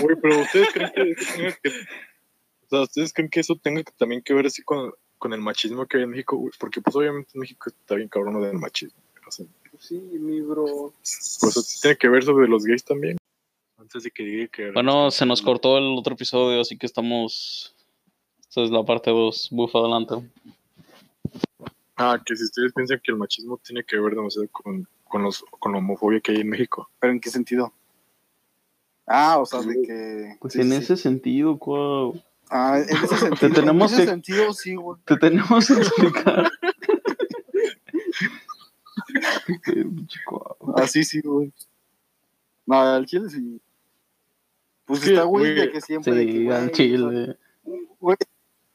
Speaker 6: Güey, pero ¿ustedes creen que eso tenga que... O sea, ¿ustedes creen que eso tenga que- también que ver así con, con el machismo que hay en México? güey? Porque pues obviamente en México está bien cabrón del machismo. O sea,
Speaker 3: Pues Sí, mi bro.
Speaker 6: pues eso sí tiene que ver sobre los gays también. Antes de que diga que...
Speaker 1: bueno, se nos cortó el otro episodio, así que estamos, esta es la parte 2, bufa adelante.
Speaker 6: Ah, que si ustedes piensan que el machismo tiene que ver demasiado con, con, los, con la homofobia que hay en México.
Speaker 2: ¿Pero en qué sentido? Ah, o sea, de que...
Speaker 1: Pues
Speaker 2: sí,
Speaker 1: en
Speaker 2: sí.
Speaker 1: ese sentido, cuau.
Speaker 2: Ah, en ese sentido.
Speaker 1: tenemos
Speaker 2: en ese
Speaker 1: que-
Speaker 2: sentido, sí, güey.
Speaker 1: Te tenemos que explicar. Eh, pinche cuau.
Speaker 2: Así Ah, sí, güey. No, al chile sí. Pues
Speaker 6: Sí,
Speaker 2: está, güey,
Speaker 6: güey.
Speaker 2: de que siempre... de que,
Speaker 1: Sí,
Speaker 2: güey,
Speaker 1: al
Speaker 2: o sea,
Speaker 1: chile.
Speaker 2: Güey,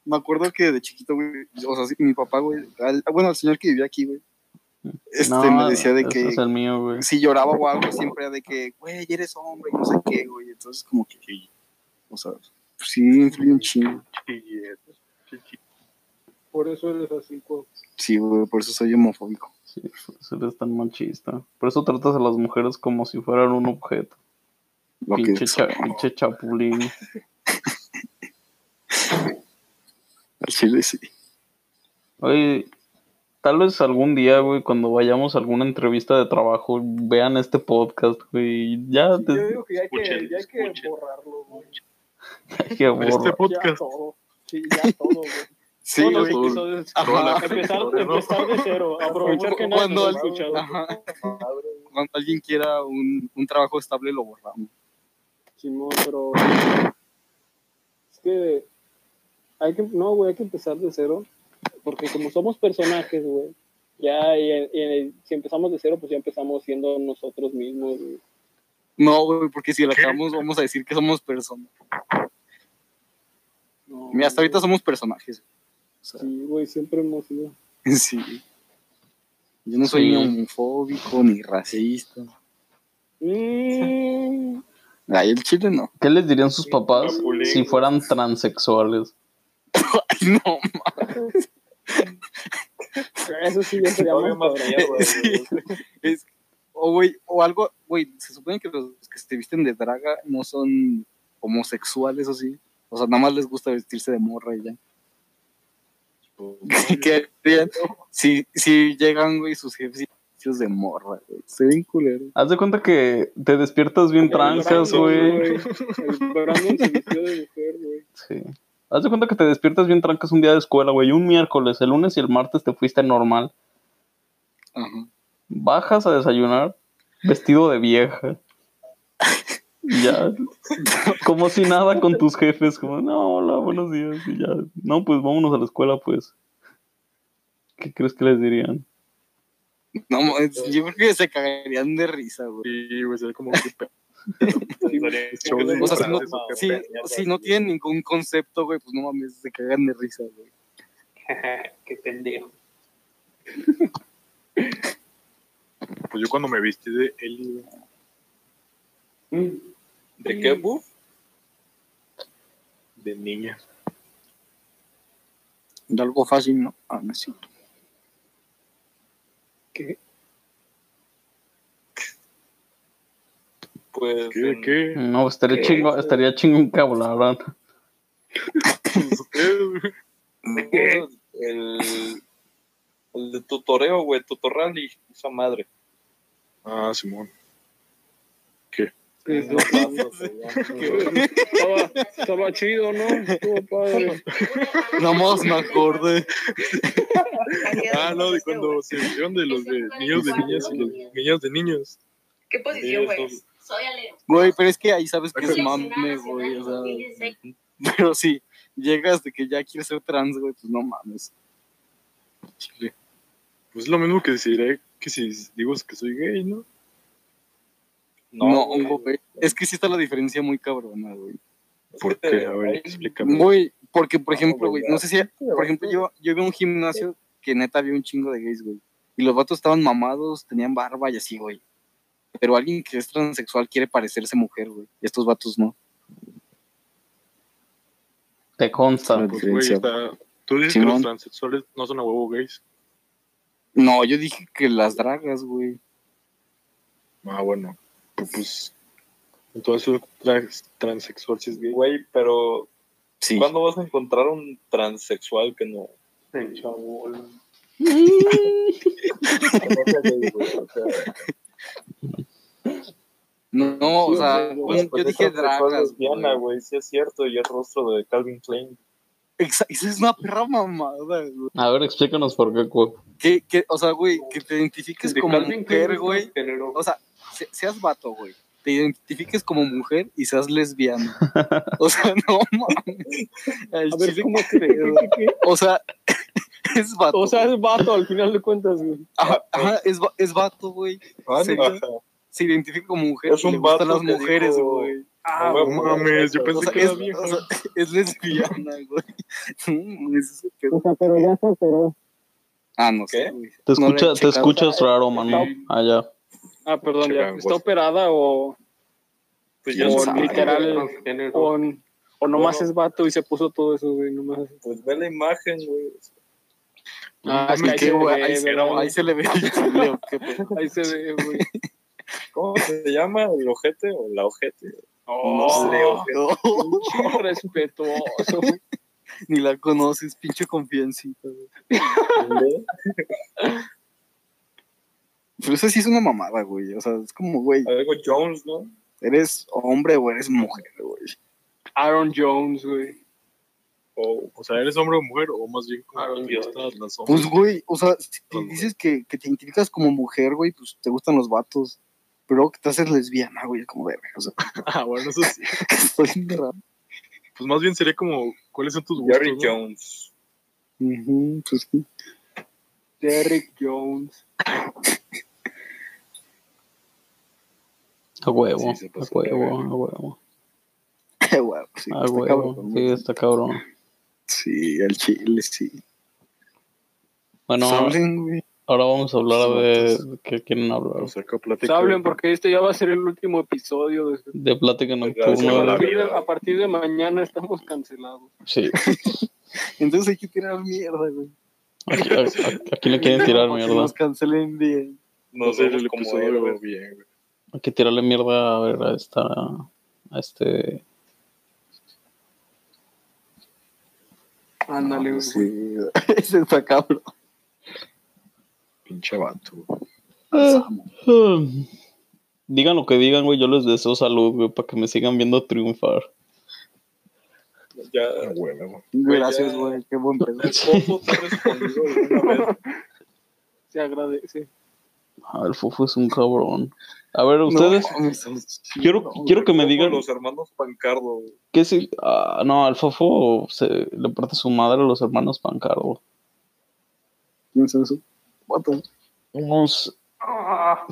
Speaker 2: me acuerdo que de chiquito, güey, o sea, sí, mi papá, güey, al- bueno, el señor que vivía aquí, güey, este, me decía de
Speaker 1: ese
Speaker 2: que
Speaker 1: Mm. es el mío, güey.
Speaker 2: si lloraba o algo, siempre era de que, güey, eres hombre, y no sé qué, güey, entonces como que, o sea, pues sí, influye un chingo.
Speaker 3: Por eso eres así, pues. güey.
Speaker 2: Sí, güey, por eso soy homofóbico.
Speaker 1: Sí, por eso eres tan machista. Por eso tratas a las mujeres como si fueran un objeto.
Speaker 2: Lo que
Speaker 1: pinche, cha- pinche chapulín.
Speaker 2: al chile sí.
Speaker 1: Oye, tal vez algún día, güey, cuando vayamos a alguna entrevista de trabajo, vean este podcast, güey. y Ya
Speaker 3: Sí,
Speaker 1: te
Speaker 3: yo digo que ya hay que,
Speaker 8: Escuchen,
Speaker 3: ya hay que
Speaker 8: escuchen.
Speaker 3: borrarlo, güey.
Speaker 1: dije,
Speaker 6: Este
Speaker 1: borra.
Speaker 6: podcast...
Speaker 3: Ya todo. Sí, ya todo, güey.
Speaker 2: Sí,
Speaker 3: todos los
Speaker 2: güey.
Speaker 3: episodios.
Speaker 2: Ajá.
Speaker 3: Empezar,
Speaker 6: Ahora no.
Speaker 3: empezar de cero, aprovechar que nadie
Speaker 2: Cuando
Speaker 3: nos ha
Speaker 2: al-
Speaker 3: escuchado.
Speaker 2: Ajá. Cuando alguien quiera un, un trabajo estable, lo borramos.
Speaker 3: Simón, pero. Es que. Hay que no, güey, hay que empezar de cero. Porque como somos personajes, güey. Ya, y- y- si empezamos de cero, pues ya empezamos siendo nosotros mismos. güey.
Speaker 2: No, güey, porque si la
Speaker 6: ¿Qué?
Speaker 2: acabamos, vamos a decir que somos personas.
Speaker 3: No,
Speaker 2: Mira, hasta
Speaker 3: güey.
Speaker 2: ahorita somos personajes.
Speaker 3: Sí, güey, siempre hemos sido.
Speaker 2: Sí. Yo no soy
Speaker 1: Sí.
Speaker 2: ni homofóbico ni racista.
Speaker 3: Mm,
Speaker 2: Ay, el chile no.
Speaker 1: ¿Qué les dirían sus papás
Speaker 8: Capulín.
Speaker 1: si fueran transexuales?
Speaker 2: Ay, no,
Speaker 3: eso sí, ya sería
Speaker 8: Todavía
Speaker 3: más
Speaker 8: más
Speaker 3: cabrón.
Speaker 8: allá, güey.
Speaker 2: Eh, Sí. es. O, güey, o algo, güey, se supone que los que se visten de draga no son homosexuales o sí. O sea, nada más les gusta vestirse de morra y ya. ¿Qué harían si, si llegan, güey, sus jefes y vestidos de morra, güey? Se ven culeros.
Speaker 1: Haz de cuenta que te despiertas bien trancas,
Speaker 3: Brandon,
Speaker 1: güey.
Speaker 3: El Brandon se vistió de mujer, güey.
Speaker 1: Sí. Haz de cuenta que te despiertas bien trancas un día de escuela, güey. Un miércoles, el lunes y el martes te fuiste normal.
Speaker 2: Ajá.
Speaker 1: Bajas a desayunar vestido de vieja. Y Ya. Como si nada con tus jefes. Como, no, hola, buenos días. Y ya. No, pues vámonos a la escuela, pues. ¿Qué crees que les dirían?
Speaker 2: No, mo- es- yo creo que se cagarían de risa, güey.
Speaker 6: Sí, güey, sería como que pe-
Speaker 8: Entonces,
Speaker 2: O sea, si no,
Speaker 8: disfraces o qué
Speaker 2: si-
Speaker 8: pedo,
Speaker 2: si no tienen ningún concepto, güey, pues no mames, se cagan de risa, güey.
Speaker 5: Qué pendejo.
Speaker 6: Pues yo cuando me vestí de Eli, güey,
Speaker 3: Mm.
Speaker 8: ¿De qué buff?
Speaker 6: de niña.
Speaker 2: De algo fácil, ¿no? Ah, no es cierto.
Speaker 8: Pues.
Speaker 6: ¿Qué? ¿De
Speaker 8: en-
Speaker 6: qué?
Speaker 1: No, estaría
Speaker 5: ¿Qué?
Speaker 1: chingo, estaría chingón que hablaran.
Speaker 8: ¿De qué? El, el de tutoreo, güey, tutorrally, esa madre.
Speaker 6: Ah, Simón.
Speaker 3: Que
Speaker 8: Los bandos, güey.
Speaker 3: Estaba, estaba chido, ¿no? Estuvo padre.
Speaker 2: Nada más me acordé.
Speaker 6: Ah, no, de cuando se vistieron de los de niños de niñas y los niñas de niños.
Speaker 9: ¿Qué
Speaker 8: posición,
Speaker 9: posición,
Speaker 8: güey?
Speaker 9: güey?
Speaker 8: Esos-
Speaker 9: Soy alero.
Speaker 2: Güey, pero es que ahí sabes que es
Speaker 9: Seleccionada
Speaker 2: mame,
Speaker 9: nacional
Speaker 2: güey. O sea,
Speaker 9: 2016.
Speaker 2: pero si llegas de que ya quieres ser trans, güey, pues no mames.
Speaker 6: Chile. Pues es lo mismo que diré que si digo que soy gay, ¿no?
Speaker 2: No,
Speaker 8: güey.
Speaker 2: güey. Es que sí está la diferencia muy cabrona, güey.
Speaker 6: ¿Por qué? A ver, explícame.
Speaker 2: Güey, porque, por
Speaker 8: No,
Speaker 2: ejemplo, güey,
Speaker 8: güey, ya.
Speaker 2: no sé si. Por ejemplo, yo, yo vi un gimnasio que neta había un chingo de gays, güey. Y los vatos estaban mamados, tenían barba y así, güey. Pero alguien que es transexual quiere parecerse mujer, güey. Y estos vatos no.
Speaker 1: Te consta.
Speaker 6: Pues, güey, está- Tú dices que
Speaker 2: Simón.
Speaker 6: los transexuales no son a huevo gays.
Speaker 2: No, yo dije que las dragas, güey.
Speaker 6: Ah, bueno. Pues, pues entonces un trans- transexual sí es gay.
Speaker 8: Güey, pero
Speaker 2: Sí.
Speaker 8: ¿cuándo vas a encontrar un transexual que no?
Speaker 2: No, o sea,
Speaker 3: Sí,
Speaker 8: Pues,
Speaker 2: yo
Speaker 8: pues,
Speaker 2: dije
Speaker 8: es transexual
Speaker 2: dragas.
Speaker 8: lesbiana, güey, sí es cierto, y el rostro de Calvin Klein.
Speaker 2: Exa- Esa es una perra mamada, güey.
Speaker 1: A ver, explícanos por qué. cu-
Speaker 2: Que, que, o sea, güey, que te identifiques
Speaker 8: De
Speaker 2: como
Speaker 8: Calvin
Speaker 2: mujer,
Speaker 8: Klein,
Speaker 2: güey.
Speaker 8: género.
Speaker 2: O sea, se- seas vato, güey. Te identifiques como mujer y seas lesbiana. O sea, no mames. Al
Speaker 3: A ver,
Speaker 2: chile,
Speaker 3: ¿cómo crees?
Speaker 2: O sea, es vato.
Speaker 3: O sea,
Speaker 2: güey.
Speaker 3: es vato al final de cuentas, güey.
Speaker 2: ajá, ajá, es, va- es vato, güey. se-
Speaker 8: Ah, Ajá.
Speaker 2: Se identifica como mujer
Speaker 8: Es
Speaker 2: y
Speaker 8: un
Speaker 2: le gustan
Speaker 8: vato
Speaker 2: las
Speaker 8: que
Speaker 2: mujeres,
Speaker 8: dijo-
Speaker 2: güey.
Speaker 8: Ah,
Speaker 6: No
Speaker 8: güey,
Speaker 6: mames, yo
Speaker 2: O
Speaker 3: pues
Speaker 6: pensé
Speaker 2: sea,
Speaker 6: que
Speaker 2: es,
Speaker 6: era vieja.
Speaker 2: o sea, es lesbiana, güey. No, mames, ese pedo.
Speaker 3: sea, pero ya se pero
Speaker 2: Ah, no sé,
Speaker 8: ¿Qué?
Speaker 2: güey.
Speaker 1: Te,
Speaker 2: No le he
Speaker 1: escucha, te
Speaker 2: checado.
Speaker 1: escuchas raro, mano. Allá.
Speaker 3: Ah, perdón, ya.
Speaker 6: Checan,
Speaker 3: ¿Está
Speaker 6: güey.
Speaker 3: operada o,
Speaker 8: Pues
Speaker 2: Ya
Speaker 8: ya son
Speaker 2: sabe,
Speaker 8: literal.
Speaker 3: o, o nomás
Speaker 8: Bueno.
Speaker 3: es vato y se puso todo eso, güey? Nomás.
Speaker 8: Pues ve la imagen, güey.
Speaker 3: Ah, es que
Speaker 2: Mames,
Speaker 3: ahí
Speaker 2: qué
Speaker 3: se
Speaker 2: güey,
Speaker 3: ve,
Speaker 2: ahí se-
Speaker 3: ¿verdad?
Speaker 2: Ahí se le ve el chile, ¿o qué pedo?
Speaker 3: Ahí se ve, güey.
Speaker 8: ¿Cómo se llama? ¿El ojete o la ojete?
Speaker 3: Oh,
Speaker 8: sé,
Speaker 2: No,
Speaker 8: ojete.
Speaker 2: no.
Speaker 3: pinche respetuoso. güey.
Speaker 2: Ni la conoces, pinche confiancita, güey. Pero eso sí es una mamada, güey. O sea, es como, güey,
Speaker 8: Algo Jones, ¿no?
Speaker 2: eres hombre o eres mujer, güey.
Speaker 3: Aaron Jones, güey.
Speaker 6: O, o sea, ¿eres hombre o mujer? O más bien, como
Speaker 8: Ah,
Speaker 6: que te
Speaker 8: Dios.
Speaker 6: gustan las hombres.
Speaker 2: Pues, güey, o sea, si
Speaker 6: Pues,
Speaker 2: dices que, que te identificas como mujer, güey, pues te gustan los vatos. Pero que te haces lesbiana, güey, como verga. O sea,
Speaker 6: Ah, bueno, eso sí.
Speaker 2: que estoy bien raro.
Speaker 6: Pues más bien sería como, ¿cuáles son tus gustos? no?
Speaker 8: Jerry Jones.
Speaker 2: Ujú, pues, sí.
Speaker 3: Derrick Jones.
Speaker 1: A huevo,
Speaker 6: Sí, se
Speaker 1: a
Speaker 6: pasó de
Speaker 1: huevo, a huevo.
Speaker 2: Guau, pues, eh, sí,
Speaker 1: A
Speaker 2: está
Speaker 1: huevo.
Speaker 2: cabrón,
Speaker 1: Ah, Sí,
Speaker 2: güey.
Speaker 1: está cabrón.
Speaker 2: Sí, al chile, sí.
Speaker 1: Bueno,
Speaker 2: Saben, güey.
Speaker 1: ahora vamos a hablar
Speaker 6: Sí,
Speaker 1: de de qué quieren hablar.
Speaker 6: O sea, que platica.
Speaker 3: Saben, porque este ya va a ser el último episodio. de- este
Speaker 1: De
Speaker 2: Pues,
Speaker 1: plática
Speaker 6: Pues
Speaker 8: se va
Speaker 3: A
Speaker 8: la
Speaker 1: nocturna.
Speaker 8: vida.
Speaker 3: partir de- a partir de mañana estamos cancelados.
Speaker 1: Sí,
Speaker 2: Entonces hay que tirar mierda, güey.
Speaker 1: aquí, a- aquí le quieren tirar
Speaker 2: Para que
Speaker 1: mierda.
Speaker 2: Nos cancelen bien.
Speaker 6: No
Speaker 8: Nos
Speaker 6: sé,
Speaker 8: vemos
Speaker 6: el
Speaker 8: como
Speaker 6: episodio
Speaker 8: héroes.
Speaker 6: bien, güey.
Speaker 1: Hay que tirarle mierda a ver a esta. A este.
Speaker 3: Ándale, güey.
Speaker 2: Ah, Sí, ese está cabrón.
Speaker 6: Pinche vato. güey.
Speaker 1: Digan lo que digan, güey. Yo les deseo salud, güey, para que me sigan viendo triunfar.
Speaker 8: Ya,
Speaker 6: Ah, huevo.
Speaker 2: Gracias,
Speaker 8: ya.
Speaker 2: güey. Qué buen pedo.
Speaker 8: el foto fue respondido alguna vez.
Speaker 3: Se agradece.
Speaker 1: Ah, el fofo es un cabrón. A ver, ustedes.
Speaker 2: No, mames, es chido,
Speaker 1: quiero
Speaker 2: güey.
Speaker 1: quiero que me
Speaker 8: Como
Speaker 1: digan.
Speaker 8: Los hermanos Pancardo. güey.
Speaker 1: ¿Qué si.? Ah, no, al fofo se, le parte su madre a los hermanos Pancardo.
Speaker 2: ¿Quién es eso? Vato.
Speaker 1: Unos-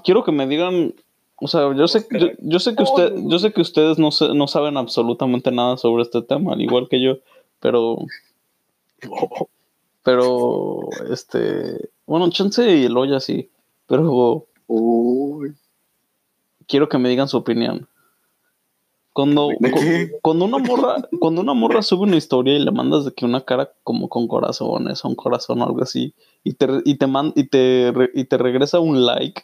Speaker 1: Quiero que me digan. O sea, yo sé, yo, yo sé que usted, yo sé que ustedes no, se- no saben absolutamente nada sobre este tema, al igual que yo, pero Pero, este. Bueno, chance y el hoyo sí. Pero
Speaker 2: Uy.
Speaker 1: quiero que me digan su opinión. Cuando,
Speaker 2: ¿De
Speaker 1: cu-
Speaker 2: qué?
Speaker 1: cuando una morra, cuando una morra sube una historia y le mandas de que una cara como con corazones o un corazón o algo así, y te, re- y te man- y te re- y te regresa un like,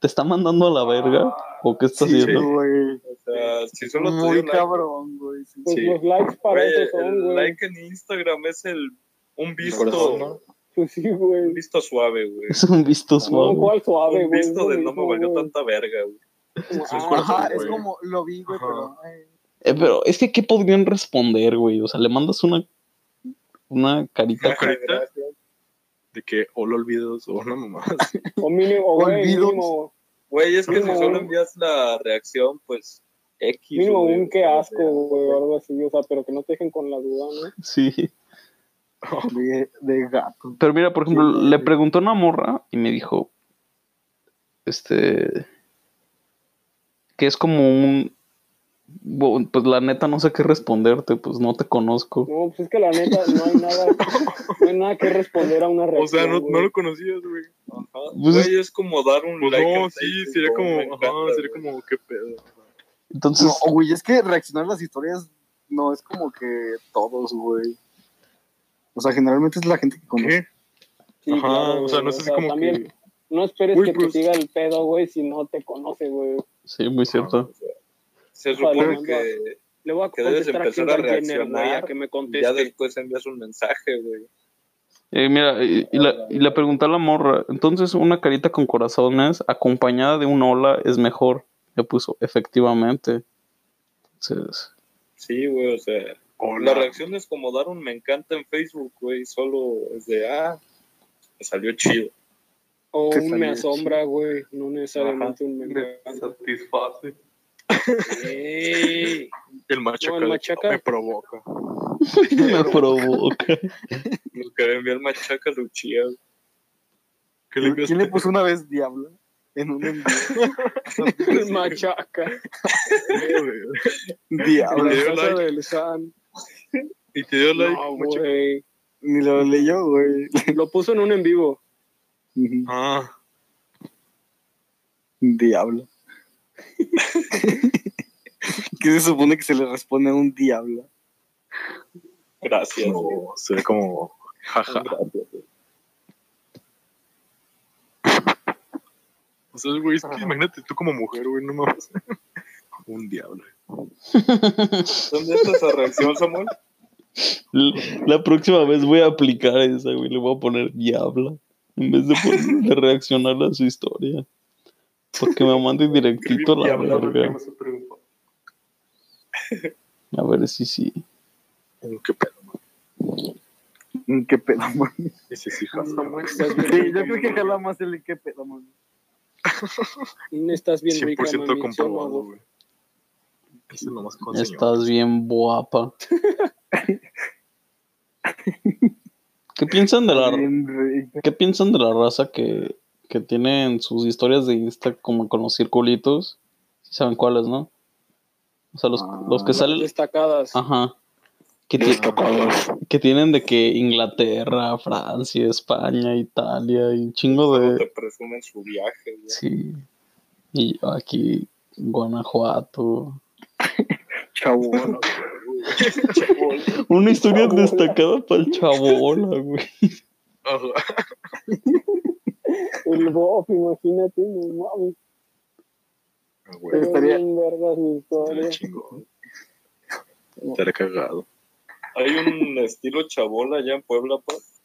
Speaker 1: ¿te está mandando a la verga? ¿O qué está
Speaker 2: Sí,
Speaker 1: haciendo?
Speaker 2: güey.
Speaker 8: O sea, si solo te dio
Speaker 2: Muy
Speaker 8: like,
Speaker 2: cabrón, güey. sí.
Speaker 3: Pues
Speaker 6: Sí.
Speaker 3: los likes para
Speaker 8: güey,
Speaker 3: eso son,
Speaker 8: el
Speaker 3: güey.
Speaker 8: like en Instagram es el un visto,
Speaker 6: corazón, ¿no?
Speaker 3: Pues sí,
Speaker 8: un
Speaker 3: güey.
Speaker 8: visto suave, güey.
Speaker 1: Es un visto suave.
Speaker 3: No, ¿cuál suave,
Speaker 8: Un
Speaker 3: güey?
Speaker 8: visto de
Speaker 3: Güey,
Speaker 8: no me valió
Speaker 3: güey.
Speaker 8: tanta verga, güey.
Speaker 6: Es un
Speaker 3: Ah,
Speaker 6: corazón,
Speaker 2: Ajá, es
Speaker 6: güey.
Speaker 2: como lo vi, güey,
Speaker 6: Ajá.
Speaker 2: pero. ay,
Speaker 1: Eh, pero es que, ¿qué podrían responder, güey? O sea, le mandas una, una carita.
Speaker 6: Una carita de que o lo olvidas o no mamás.
Speaker 3: O mínimo, güey,
Speaker 2: Olvidos.
Speaker 3: mínimo,
Speaker 8: Güey, es que si
Speaker 3: Mínimo un-
Speaker 8: solo envías la reacción, pues X.
Speaker 3: mínimo
Speaker 8: güey.
Speaker 3: un qué asco, güey, o algo así, o sea, pero que no te dejen con la duda,
Speaker 1: Sí.
Speaker 2: De, de gato.
Speaker 1: Pero mira, por ejemplo,
Speaker 2: Sí, sí,
Speaker 1: le
Speaker 2: sí.
Speaker 1: preguntó a una morra y me dijo, este, que es como un, bueno, pues la neta no sé qué responderte, pues no te conozco.
Speaker 3: ¿no? No, pues es que la neta, no hay nada, no hay nada que responder a una
Speaker 6: O sea,
Speaker 3: reacción.
Speaker 6: no, no
Speaker 3: güey.
Speaker 6: lo conocías, güey.
Speaker 8: Ajá.
Speaker 1: Pues es-
Speaker 8: Güey, es como dar un
Speaker 6: Pues
Speaker 8: like.
Speaker 6: no,
Speaker 8: en
Speaker 6: sí,
Speaker 8: Facebook,
Speaker 6: sería como,
Speaker 8: me
Speaker 6: ajá,
Speaker 8: encanta,
Speaker 6: sería
Speaker 8: güey.
Speaker 6: como, qué pedo.
Speaker 1: Entonces,
Speaker 2: No, güey, es que reaccionar a las historias no es como que todos, güey. O sea, generalmente es la gente que conoce.
Speaker 6: ¿Qué?
Speaker 3: Sí,
Speaker 6: Ajá,
Speaker 3: claro,
Speaker 6: o
Speaker 3: güey,
Speaker 6: sea, no es así como
Speaker 3: también
Speaker 6: que.
Speaker 3: No esperes
Speaker 6: Uy,
Speaker 3: que
Speaker 6: pues-
Speaker 3: te diga el pedo, güey, si no te conoce, güey.
Speaker 1: sí, muy cierto.
Speaker 8: Se
Speaker 3: Ojalá,
Speaker 8: supone
Speaker 3: ¿no?
Speaker 8: que
Speaker 3: Le voy a
Speaker 8: Que debes
Speaker 3: contestar a
Speaker 8: empezar
Speaker 3: Kendall
Speaker 8: a
Speaker 3: Jenner, güey,
Speaker 8: reaccionar,
Speaker 3: a que me
Speaker 8: ya
Speaker 3: conteste.
Speaker 8: después envías un mensaje, güey.
Speaker 1: Eh, mira, y, y la- y le pregunté a la morra, entonces una carita con corazones acompañada de un hola es mejor. Le puso, efectivamente. Entonces,
Speaker 8: Sí, güey, o sea, la
Speaker 6: Hola.
Speaker 8: reacción es como dar un me encanta en Facebook, güey, solo es de, ah, me salió chido.
Speaker 3: O
Speaker 2: Te
Speaker 3: un me
Speaker 2: salió
Speaker 3: asombra, güey, no necesariamente un me encanta.
Speaker 7: Satisface.
Speaker 8: Ey,
Speaker 6: El machaca,
Speaker 3: No, el
Speaker 6: de-
Speaker 3: machaca.
Speaker 6: me provoca.
Speaker 1: me provoca.
Speaker 8: lo que envió el machaca Lucía, güey.
Speaker 6: ¿Qué le
Speaker 2: ¿Quién le puso una vez Diablo? En un envío.
Speaker 3: El machaca.
Speaker 6: güey?
Speaker 2: Diablo.
Speaker 3: La
Speaker 6: dio
Speaker 3: casa
Speaker 6: like.
Speaker 3: del San.
Speaker 6: Y te dio like.
Speaker 3: No,
Speaker 6: machaca.
Speaker 3: güey.
Speaker 2: Ni lo leyó, güey.
Speaker 3: Lo puso en un en vivo.
Speaker 2: Ujú.
Speaker 6: Ah,
Speaker 2: Diablo. ¿Qué se supone que se le responde a un diablo?
Speaker 8: Gracias, güey.
Speaker 6: no, sería como, jaja.
Speaker 8: Gracias, güey.
Speaker 6: O sea, güey, es que imagínate tú como mujer, güey, no mames. Un diablo.
Speaker 8: ¿Dónde está esa reacción, Samuel?
Speaker 1: L- La próxima vez voy a aplicar esa, güey. Le voy a poner diabla. En vez de, pon- de reaccionar a su historia. Porque me mande directito a la verga. A ver si sí.
Speaker 6: Un qué pedo.
Speaker 2: Mm, ¿Qué pedo, man?
Speaker 6: Dice, sí, jaja.
Speaker 7: Está muy
Speaker 2: Sí, yo creo que jala más el qué pedo, man.
Speaker 3: Estás bien rica, mami.
Speaker 6: 100%
Speaker 3: ¿sí o no,
Speaker 6: comprobado,
Speaker 3: güey?
Speaker 6: güey. Ese nomás con señor.
Speaker 1: Estás bien guapa. ¿Qué piensan de la
Speaker 2: Bien rico.
Speaker 1: ¿Qué piensan de la raza que, que tiene en sus historias de Insta como con los circulitos? Si saben cuáles, ¿no? O sea, los,
Speaker 2: Ah,
Speaker 1: los que salen.
Speaker 3: Destacadas.
Speaker 6: Ah.
Speaker 1: Ajá. Que, ti- que tienen de que Inglaterra, Francia, España, Italia y un chingo
Speaker 8: Te
Speaker 1: de.
Speaker 8: presumen su viaje, güey.
Speaker 1: Sí. Y aquí, Guanajuato.
Speaker 2: Chavo, ¿no?
Speaker 1: Una historia destacada para el chabola, güey.
Speaker 6: Ajá.
Speaker 3: El Bob, imagínate, no mames.
Speaker 6: Ah, güey,
Speaker 3: Estaría
Speaker 2: Estaría-
Speaker 3: bien verga su
Speaker 6: estaría
Speaker 3: historia.
Speaker 6: chingón. Estaría cagado.
Speaker 8: Hay un estilo chabola allá en Puebla, pues.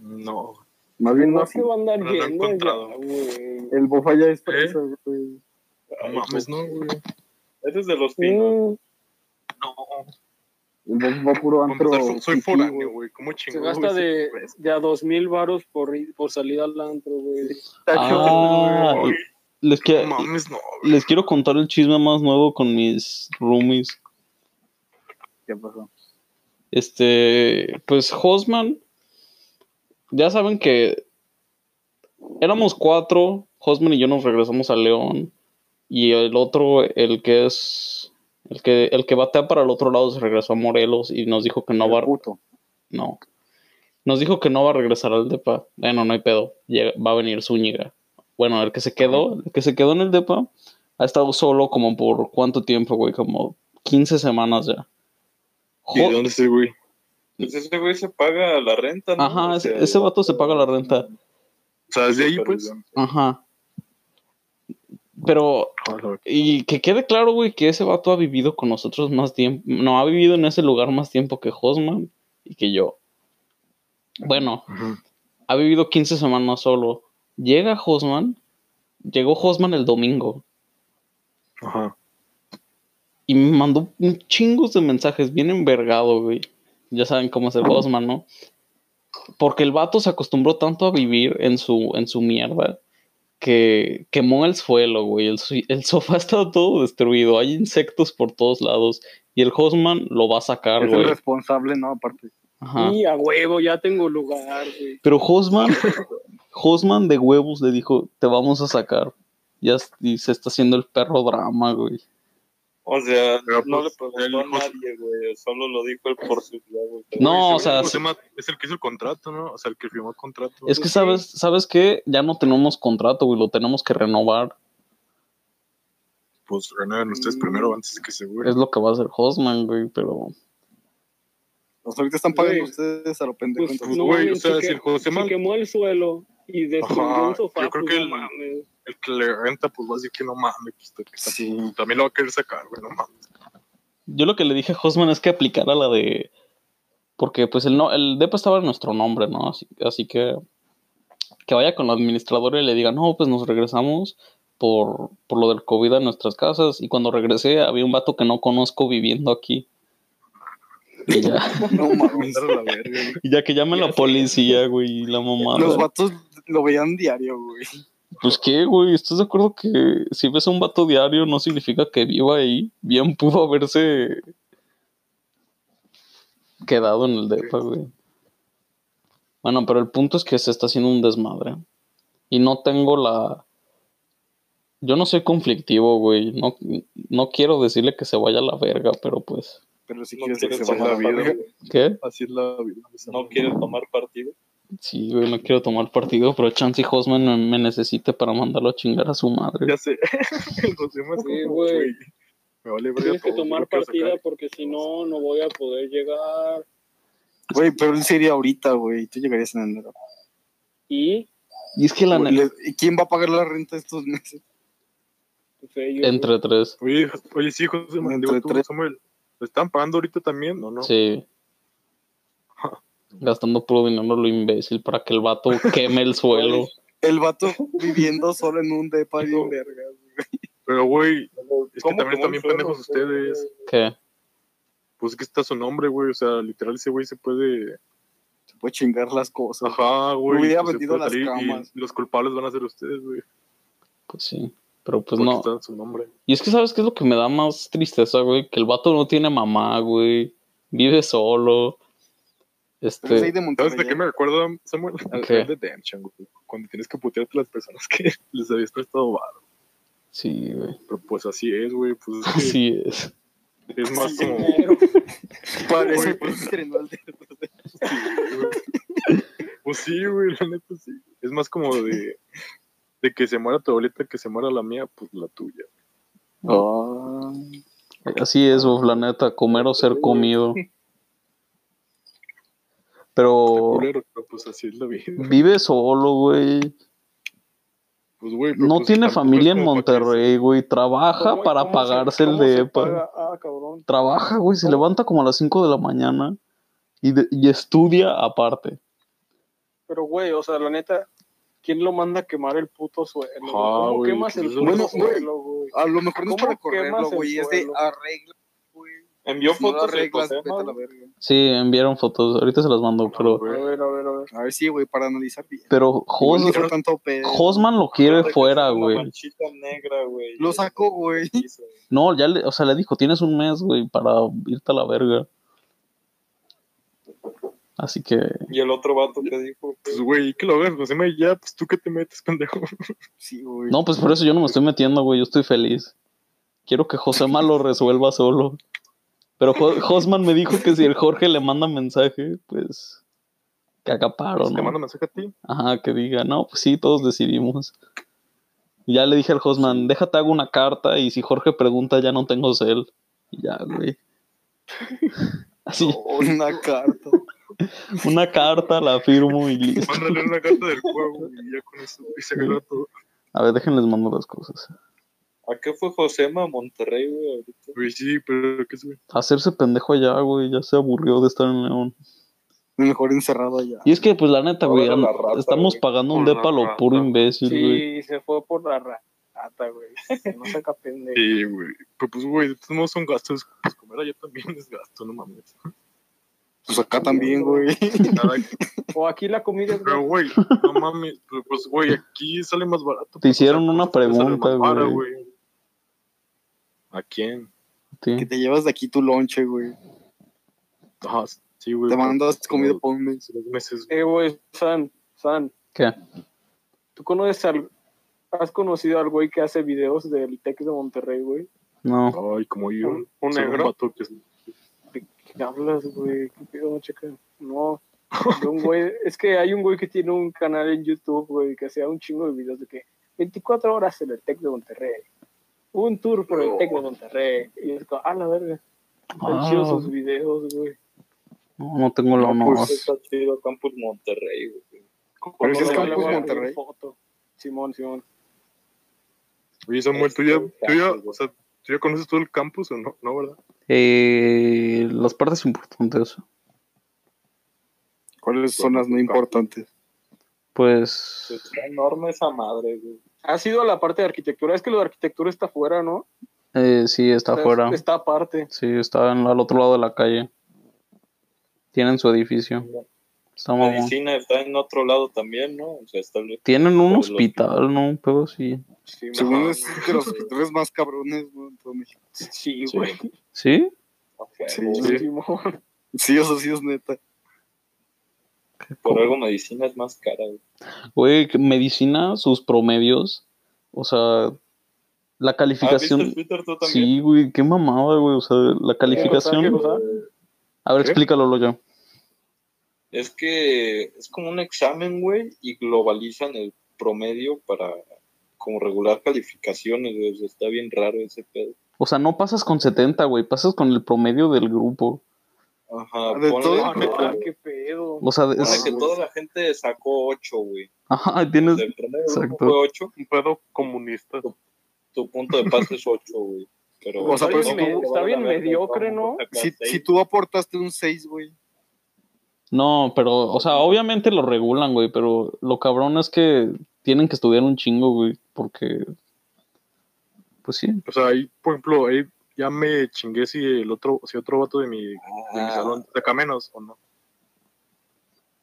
Speaker 6: No,
Speaker 2: Más bien no
Speaker 3: No
Speaker 2: así.
Speaker 3: que va a andar
Speaker 6: No lo he
Speaker 3: lleno
Speaker 6: encontrado. ¿Eh?
Speaker 3: ya, güey.
Speaker 2: El bofa ya es preso, güey.
Speaker 6: no mames, no, güey.
Speaker 8: Eres de
Speaker 1: Eh.
Speaker 8: los finos.
Speaker 3: Mm,
Speaker 6: No,
Speaker 2: El bofa va puro
Speaker 6: Para empezar,
Speaker 2: antro.
Speaker 6: so- soy
Speaker 2: fifí,
Speaker 6: foráneo,
Speaker 2: güey.
Speaker 6: güey. ¿Cómo
Speaker 3: Se
Speaker 6: chingón?
Speaker 3: gasta
Speaker 6: güey,
Speaker 3: de,
Speaker 6: sí, pues.
Speaker 3: de a dos mil varos por, ir- por salir al antro, güey.
Speaker 2: Está
Speaker 1: Ah,
Speaker 2: chido, güey.
Speaker 1: les,
Speaker 6: No
Speaker 1: quiero
Speaker 6: mames, no, güey.
Speaker 1: les quiero contar el chisme más nuevo con mis roomies.
Speaker 2: ¿Qué pasó?
Speaker 1: Este, pues Hosman, ya saben que éramos cuatro, Hosman y yo nos regresamos a León y el otro, el que es, el que, el que batea para el otro lado se regresó a Morelos y nos dijo que no
Speaker 2: El
Speaker 1: va,
Speaker 2: Puto.
Speaker 1: no, nos dijo que no va a regresar al DEPA, bueno, no hay pedo, llega- va a venir Zúñiga, bueno, el que se quedó, el que se quedó en el DEPA ha estado solo como por cuánto tiempo, güey, como 15 semanas ya.
Speaker 6: ¿Y
Speaker 1: Jo-
Speaker 6: de dónde es el güey?
Speaker 8: Pues ese güey se paga la renta, ¿no?
Speaker 1: Ajá,
Speaker 8: O
Speaker 1: ese,
Speaker 8: sea,
Speaker 1: ese vato se paga la renta.
Speaker 6: O sea, desde ahí, pues.
Speaker 1: Ajá. Pero, y que quede claro, güey, que ese vato ha vivido con nosotros más tiempo. No, ha vivido en ese lugar más tiempo que Hosman y que yo. Bueno,
Speaker 6: Ajá.
Speaker 1: ha vivido 15 semanas solo. Llega Hosman. Llegó Hosman el domingo.
Speaker 6: Ajá.
Speaker 1: Y me mandó un chingos de mensajes, bien envergado, güey. Ya saben cómo es el Bosman, ¿no? Porque el vato se acostumbró tanto a vivir en su, en su mierda que quemó el suelo, güey. El, su- el sofá está todo destruido, hay insectos por todos lados. Y el Hosman lo va a sacar,
Speaker 2: Es el
Speaker 1: Ah, güey.
Speaker 2: responsable, ¿no? Aparte.
Speaker 1: Ajá.
Speaker 3: Y a huevo, ya tengo lugar, güey.
Speaker 1: Pero Hosman, Hosman de huevos le dijo, te vamos a sacar. Ya s- y se está haciendo el perro drama, güey.
Speaker 8: O sea,
Speaker 6: Pero,
Speaker 8: no le
Speaker 6: pues,
Speaker 8: preguntó
Speaker 6: el
Speaker 8: a
Speaker 6: hijo-
Speaker 8: nadie, güey. Solo lo dijo él por su lado.
Speaker 1: No, o sea,
Speaker 6: Es
Speaker 1: sí-
Speaker 6: el, es el que hizo el contrato, ¿no? O sea, el Pues que firmó el contrato.
Speaker 1: Es que sabes, sabes que ya no tenemos contrato, güey, lo tenemos que renovar.
Speaker 6: Pues renueven ustedes
Speaker 2: Mm.
Speaker 6: primero antes de que se güey.
Speaker 1: Es lo que va a hacer Hosman, güey, pero
Speaker 2: O sea, ahorita están pagando
Speaker 3: Güey.
Speaker 2: ustedes a lo pendejo.
Speaker 3: Pues,
Speaker 6: Pues,
Speaker 2: entonces.
Speaker 3: no
Speaker 6: güey, o
Speaker 3: mames,
Speaker 6: sea,
Speaker 3: sí
Speaker 6: si el José
Speaker 3: Se quemó el suelo y
Speaker 6: Ajá,
Speaker 3: destruyó un sofá.
Speaker 6: yo creo
Speaker 3: pues,
Speaker 6: que
Speaker 3: no
Speaker 6: el-
Speaker 3: mames.
Speaker 6: el que le renta, pues va a decir que no mames, pues te- que
Speaker 2: Sí.
Speaker 6: está- también lo va a querer sacar, güey, no mames.
Speaker 1: yo lo que le dije a Hosman es que aplicara la de porque pues el no el depa estaba en nuestro nombre, ¿no? Así, así que que vaya con la administradora y le diga, "No, pues nos regresamos por por lo del COVID a nuestras casas y cuando regresé había un vato que no conozco viviendo aquí." Y ya,
Speaker 2: No mames.
Speaker 6: Mandar a la verga, güey.
Speaker 1: y ya que llame la policía, güey, y la
Speaker 2: Los
Speaker 1: mamada.
Speaker 2: vatos lo veían diario, güey.
Speaker 1: Pues qué, güey, ¿estás de acuerdo que si ves a un vato diario no significa que viva ahí? Bien pudo haberse quedado en el depa, güey. Bueno, pero el punto es que se está haciendo un desmadre. Y no tengo la... Yo no soy conflictivo, güey. No, no quiero decirle que se vaya a la verga, pero pues...
Speaker 2: Pero si
Speaker 8: No
Speaker 2: quieres que
Speaker 8: quiere
Speaker 2: se
Speaker 8: tomar
Speaker 2: vaya a la
Speaker 8: la vida,
Speaker 2: verga.
Speaker 8: güey.
Speaker 1: ¿Qué?
Speaker 6: Así es la vida.
Speaker 8: No quiere tomar partido.
Speaker 1: Sí, güey, no quiero tomar partido, pero Chance y Hosman me, me necesite para mandarlo a chingar a su madre.
Speaker 6: Ya sé. el José más
Speaker 3: Sí,
Speaker 6: como,
Speaker 3: güey.
Speaker 6: güey. Me vale verga
Speaker 3: Tienes que
Speaker 6: todo, yo
Speaker 3: tomar
Speaker 6: lo quiero sacar.
Speaker 3: partida porque si no, no voy a poder llegar.
Speaker 2: Güey, pero él sería ahorita, güey. Tú llegarías en enero.
Speaker 3: Y
Speaker 1: Y es que la... ne-
Speaker 2: Güey, ¿y ¿Quién va a pagar la renta estos meses?
Speaker 3: Feyo,
Speaker 1: Entre tres.
Speaker 6: Oye, oye, sí, José, me
Speaker 2: Entre
Speaker 6: digo tú,
Speaker 2: tres.
Speaker 6: Samuel. ¿Lo están pagando ahorita también o no?
Speaker 1: Sí. Gastando puro dinero lo imbécil para que el vato queme el suelo.
Speaker 2: El vato viviendo solo en un depa bien verga.
Speaker 6: Pero, güey, es que
Speaker 8: ¿Cómo
Speaker 6: también están
Speaker 8: quemó el
Speaker 6: bien
Speaker 8: suelo?
Speaker 6: pendejos ustedes.
Speaker 1: ¿Qué?
Speaker 6: Pues es que está su nombre, güey. O sea, literal, ese güey se puede
Speaker 2: te puede chingar las cosas.
Speaker 6: Ajá, güey.
Speaker 2: Hubiera
Speaker 6: no se
Speaker 2: vendido
Speaker 6: puede
Speaker 2: las
Speaker 6: salir
Speaker 2: camas.
Speaker 6: Y los culpables van a ser ustedes, güey.
Speaker 1: Pues sí. Pero pues
Speaker 6: porque
Speaker 1: no.
Speaker 6: está en su nombre.
Speaker 2: Pues
Speaker 1: Y es que, ¿sabes qué es lo que me da más tristeza, güey? Que el vato no tiene mamá, güey. Vive solo.
Speaker 2: Entonces, ahí
Speaker 1: Este.
Speaker 2: de
Speaker 6: ¿Sabes
Speaker 2: Monterrey,
Speaker 6: Pues de qué me recuerda, Samuel? Al
Speaker 1: ¿Qué?
Speaker 6: Red Dead Redemption, güey. Cuando tienes que putearte a las personas que les habías prestado varo.
Speaker 1: Sí, güey.
Speaker 6: Pero pues así es, güey. Pues es, que
Speaker 1: Así es.
Speaker 6: es más como.
Speaker 2: Parece
Speaker 6: Güey, pues-
Speaker 2: Pinter, ¿no? El de-
Speaker 6: güey. Pues sí, güey, la neta sí. Es más como de, de que se muera tu abuelita que se muera la mía, pues la tuya.
Speaker 1: Así es, güey, la neta. Comer o ser comido. Pero.
Speaker 6: Culero, pero pues así es la vida.
Speaker 1: Vive solo, güey.
Speaker 6: Pues, güey, pero,
Speaker 1: No
Speaker 6: pues,
Speaker 1: tiene
Speaker 6: tampoco
Speaker 1: familia
Speaker 6: es
Speaker 1: en
Speaker 6: como para que-
Speaker 1: Monterrey, güey. Trabaja para pagarse el depa.
Speaker 3: Ah, cabrón.
Speaker 1: Trabaja, güey. Se levanta como a las 5 de la mañana. Y, de- y estudia aparte.
Speaker 3: Pero, güey, o sea, la neta, ¿quién lo manda a quemar el puto suelo? güey?
Speaker 6: Ah,
Speaker 3: ¿Cómo
Speaker 6: güey,
Speaker 3: quemas el
Speaker 6: pues,
Speaker 3: puto
Speaker 2: bueno, güey.
Speaker 3: suelo, güey?
Speaker 2: A lo mejor no
Speaker 3: ¿Cómo
Speaker 2: es para correrlo,
Speaker 3: quemas el
Speaker 2: güey. Es de
Speaker 3: suelo?
Speaker 2: arregla, güey.
Speaker 8: Envió
Speaker 2: Si no lo
Speaker 8: fotos de
Speaker 2: arreglas,
Speaker 8: José,
Speaker 2: vete a la verga.
Speaker 1: Sí, enviaron fotos. Ahorita se las mando, pero.
Speaker 3: A ver, a ver, a ver.
Speaker 2: A ver, sí, güey, para analizar bien.
Speaker 1: Pero Jos-
Speaker 2: No fue tanto pedo.
Speaker 1: Hosman lo quiere fuera, güey.
Speaker 8: manchita negra, güey.
Speaker 2: Lo sacó, güey.
Speaker 1: No, ya le, o sea, le dijo, tienes un mes, güey, para irte a la verga. Así que,
Speaker 8: Y el otro vato te dijo,
Speaker 6: Pues, güey, que lo hagas, pues, me ya, pues tú que te metes, pendejo.
Speaker 2: Sí, güey.
Speaker 1: no, pues por eso yo no me estoy metiendo, güey, yo estoy feliz. Quiero que Josema lo resuelva solo. Pero Jo- Hosman me dijo que si el Jorge le manda mensaje, pues que haga paro,
Speaker 6: Pues, Te mando
Speaker 1: ¿no?
Speaker 6: mensaje a ti.
Speaker 1: Ajá, que diga, no, pues sí, todos decidimos. Ya le dije al Hosman, déjate hago una carta y si Jorge pregunta ya no tengo cel. Y ya, güey. Así.
Speaker 2: Una carta.
Speaker 1: Una carta, la firmo y listo.
Speaker 6: Mándale una carta del juego y ya con eso, güey, se agarra todo.
Speaker 1: A ver, déjenles mando las cosas.
Speaker 8: ¿a qué fue Josema a Monterrey, güey? ahorita?
Speaker 6: Güey, sí, pero qué es, güey.
Speaker 1: Hacerse pendejo allá, güey, ya se aburrió de estar en León.
Speaker 2: Mejor encerrado allá.
Speaker 1: Y es que, pues, la neta,
Speaker 8: Ahora
Speaker 1: güey,
Speaker 8: la
Speaker 1: an-
Speaker 8: rata,
Speaker 1: estamos
Speaker 8: güey.
Speaker 1: pagando un
Speaker 7: Por la
Speaker 1: depa a lo
Speaker 7: rata.
Speaker 1: puro imbécil, güey.
Speaker 3: Sí, se fue por la rata, güey. No saca pendejo.
Speaker 6: Sí, güey. Pero pues, güey, de todos modos son gastos. Pues comer allá también es gasto, no mames.
Speaker 2: Pues acá también, güey.
Speaker 6: Nada que-
Speaker 3: O aquí la comida es
Speaker 6: Pero, güey, no mames. Pero, pues, güey, aquí sale más barato. pues,
Speaker 1: Te hicieron una
Speaker 6: Sale más
Speaker 1: pregunta,
Speaker 6: barato,
Speaker 1: güey.
Speaker 6: ¿A quién?
Speaker 1: Sí.
Speaker 2: Que te llevas de aquí tu lonche, güey.
Speaker 6: Ah, sí, güey.
Speaker 2: Te
Speaker 6: pero-
Speaker 2: mandas comida por un mes.
Speaker 6: hace dos meses, güey.
Speaker 3: Eh, güey, San, San,
Speaker 1: ¿Qué?
Speaker 3: ¿tú conoces al... ¿Has conocido al güey que hace videos del Tec de Monterrey, güey?
Speaker 1: No.
Speaker 6: Ay, como yo.
Speaker 3: Un- un
Speaker 6: soy
Speaker 3: negro.
Speaker 6: vato que es-
Speaker 3: ¿Qué hablas, güey? ¿Qué pedo, checa? No, de un güey... Es que hay un güey que tiene un canal en YouTube, güey, que hacía un chingo de videos de que 24 horas en el Tec de Monterrey. Un tour por el Tec de Monterrey. Y es como, ah, la verga. Están
Speaker 1: Ah,
Speaker 3: chidos sus videos, güey.
Speaker 1: no, no tengo el honor.
Speaker 8: Pues está chido Campus Monterrey, güey.
Speaker 2: Pero si es
Speaker 3: Le voy a- le voy
Speaker 2: Campus
Speaker 3: a pedir
Speaker 2: Monterrey.
Speaker 3: foto. Simón, Simón.
Speaker 6: Oye, Samuel, ¿tú ya, tú ya, o sea, ¿tú ya conoces todo el campus o no? No, ¿verdad?
Speaker 1: Eh, las partes importantes,
Speaker 2: ¿Cuáles son las no importantes?
Speaker 1: pues,
Speaker 8: Está enorme esa madre, güey.
Speaker 3: Ha sido la parte de arquitectura. Es que lo de arquitectura está afuera, ¿no?
Speaker 1: eh, sí, está
Speaker 3: O sea,
Speaker 1: afuera.
Speaker 3: Está aparte.
Speaker 1: Sí, está en- al otro lado de la calle. Tienen su edificio. Está mamón.
Speaker 8: Medicina está en otro lado también, ¿no? O sea, está el-
Speaker 1: Tienen un
Speaker 8: Por lo-
Speaker 1: hospital, ¿no? Un pedo sí.
Speaker 3: Sí,
Speaker 2: Según es de los escritores más cabrones, güey, en todo México.
Speaker 3: Sí,
Speaker 6: Sí.
Speaker 3: güey.
Speaker 1: ¿Sí?
Speaker 2: Sí,
Speaker 6: Sí.
Speaker 3: Simón.
Speaker 2: Sí, eso sí es neta.
Speaker 8: Por algo medicina es más cara, güey.
Speaker 1: Güey, que medicina, sus promedios. O sea, la
Speaker 8: Ah, ¿viste el
Speaker 1: calificación.
Speaker 8: Twitter tú también?
Speaker 1: Sí, güey, qué mamada, güey. O sea, la
Speaker 3: ¿Qué
Speaker 1: calificación.
Speaker 3: cosa?
Speaker 1: A ver,
Speaker 6: ¿Qué?
Speaker 1: explícalo Loyo.
Speaker 8: Es que es como un examen, güey, y globalizan el promedio para como regular calificaciones, güey. O sea, está bien raro ese pedo.
Speaker 1: O sea, no pasas con 70, güey, pasas con el promedio del grupo.
Speaker 8: Ajá,
Speaker 2: De
Speaker 8: ponle
Speaker 2: todo-
Speaker 8: que-
Speaker 3: Ah, qué pedo.
Speaker 1: O sea,
Speaker 8: ponle
Speaker 1: es-
Speaker 8: que toda la gente sacó 8, güey.
Speaker 1: Ajá,
Speaker 8: O
Speaker 1: tienes.
Speaker 8: sea, el promedio del
Speaker 1: Exacto.
Speaker 8: grupo fue 8,
Speaker 7: Un pedo comunista.
Speaker 8: tu punto de pase es 8, güey. Pero,
Speaker 2: O sea,
Speaker 8: Está
Speaker 2: pero
Speaker 8: bien
Speaker 2: si tú-
Speaker 8: me-
Speaker 3: está bien mediocre, ¿no?
Speaker 2: Si, si tú aportaste un 6, güey.
Speaker 1: No, pero, o sea, obviamente lo regulan, güey, pero lo cabrón es que tienen que estudiar un chingo, güey, porque. Pues sí.
Speaker 6: O sea, ahí, por ejemplo, ahí ya me chingué si el otro, si otro vato de mi, de mi
Speaker 8: Ah,
Speaker 6: salón saca menos o no.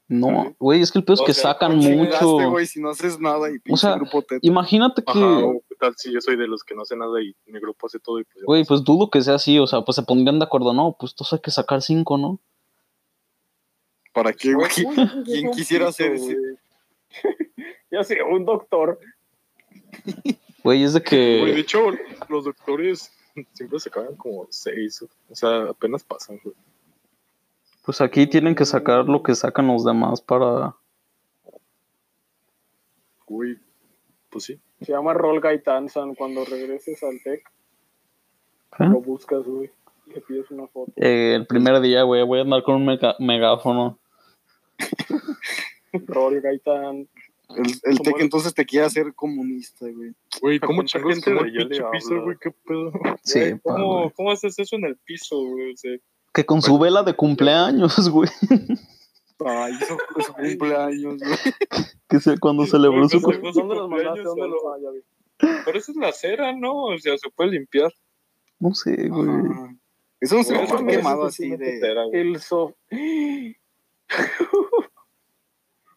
Speaker 1: No, güey, es que el pedo es
Speaker 8: O
Speaker 1: que
Speaker 8: sea,
Speaker 1: sacan
Speaker 2: Chingaste,
Speaker 1: mucho.
Speaker 2: güey, si no haces nada y pinche
Speaker 1: sea,
Speaker 2: grupo teto.
Speaker 1: Imagínate que.
Speaker 6: Ajá, o qué tal si yo soy de los que no hace nada y mi grupo hace todo y pues... ya
Speaker 1: Güey,
Speaker 6: pasó.
Speaker 1: pues dudo que sea así, o sea, pues se pondrían de acuerdo, no, pues todos hay que sacar cinco, ¿no?
Speaker 2: ¿Para qué, güey?
Speaker 3: ¿Quién
Speaker 2: quisiera hacer ese?
Speaker 3: Ya sé, un doctor.
Speaker 1: Güey, es de
Speaker 6: Güey, de
Speaker 1: que,
Speaker 6: hecho, los doctores siempre se acaban como seis, o sea, apenas pasan, güey.
Speaker 1: pues aquí tienen que sacar lo que sacan los demás para... ¿eh?
Speaker 6: Güey, pues sí.
Speaker 3: Se llama Rol Gaitán San. Cuando regreses al TEC,
Speaker 1: ¿Eh?
Speaker 3: lo buscas, güey. y Le pides una foto.
Speaker 1: Eh, el primer día, güey, voy a andar con un mega- megáfono.
Speaker 3: Rol Gaitán.
Speaker 2: El, el
Speaker 3: Como
Speaker 2: Tec
Speaker 3: el-
Speaker 2: entonces te quiere hacer comunista, güey.
Speaker 6: Güey, ¿cómo
Speaker 7: Con
Speaker 6: chingados
Speaker 7: gente
Speaker 6: como
Speaker 7: de
Speaker 6: el
Speaker 7: allá le
Speaker 6: pinche piso,
Speaker 7: hablas.
Speaker 6: güey? ¿Qué pedo?
Speaker 1: Sí,
Speaker 8: Güey,
Speaker 1: pa,
Speaker 8: ¿cómo, Pues,
Speaker 1: güey.
Speaker 8: ¿Cómo haces eso en el piso, güey? O sea,
Speaker 1: Que con su vela de cumpleaños, güey,
Speaker 2: Ay, eso es cumpleaños, güey.
Speaker 1: que se, cuando celebró su...
Speaker 8: Pues,
Speaker 1: cu-
Speaker 8: güey,
Speaker 3: ¿Dónde los
Speaker 8: cumpleaños,
Speaker 3: mandaste? ¿Dónde los... Ah, ya vi.
Speaker 8: pero eso es la cera, ¿no? O sea, se puede limpiar.
Speaker 1: No sé, güey.
Speaker 2: Ajá. Ah. Eso no se
Speaker 8: Güey,
Speaker 2: lo
Speaker 8: eso
Speaker 2: han
Speaker 8: no es-
Speaker 2: quemado
Speaker 8: eso
Speaker 2: así
Speaker 8: no es
Speaker 2: de.
Speaker 8: cera, güey.
Speaker 3: El soft.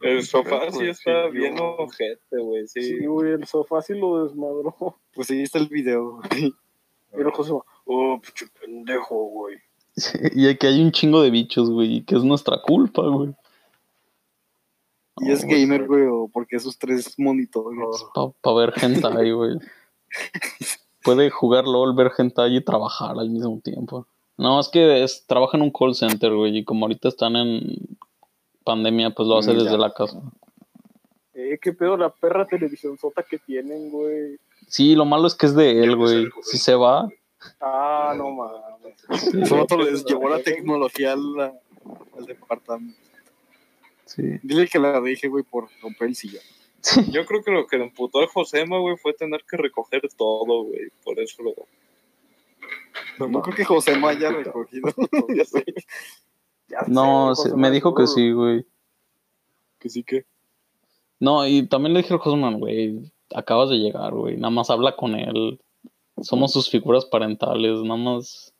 Speaker 8: El sofá sí
Speaker 7: Güey,
Speaker 8: está
Speaker 7: sí,
Speaker 8: bien
Speaker 7: yo-
Speaker 8: ojete, güey. Sí.
Speaker 3: Sí, güey, el sofá sí lo desmadró.
Speaker 2: Pues ahí está el video, güey.
Speaker 3: Y el Josué, oh, pinche pendejo, güey.
Speaker 1: Sí, y aquí hay un chingo de bichos, güey, que es nuestra culpa, güey.
Speaker 2: Y es gamer, güey, o porque esos tres monitores.
Speaker 1: Para ver gente ahí, güey. Puede jugar LOL, ver gente ahí y trabajar al mismo tiempo. No, es que es, trabaja en un call center, güey, y como ahorita están en pandemia, pues lo hace
Speaker 2: Mm, ya.
Speaker 1: desde la casa.
Speaker 3: Eh, qué pedo la perra televisión sota que tienen, güey.
Speaker 1: Sí, lo malo es que es de él, güey. Si se va,
Speaker 3: Ah, no mames.
Speaker 2: Nosotros les llevó la tecnología al, al departamento.
Speaker 1: sí.
Speaker 2: Dile que la dije, güey, por romper el sillón.
Speaker 8: Yo creo que lo que le emputó a Josema, güey, fue tener que recoger todo, güey. Por eso lo.
Speaker 2: No creo que José Ma haya recogido. ya sé.
Speaker 3: Ya
Speaker 1: No,
Speaker 3: sé,
Speaker 1: se-
Speaker 3: José
Speaker 1: me
Speaker 3: Manuel,
Speaker 1: dijo que
Speaker 3: seguro
Speaker 1: sí, güey.
Speaker 6: Que sí que...
Speaker 1: No, y también le dije al Josman, güey, acabas de llegar, güey, nada más habla con él. Somos sus figuras parentales, nada más.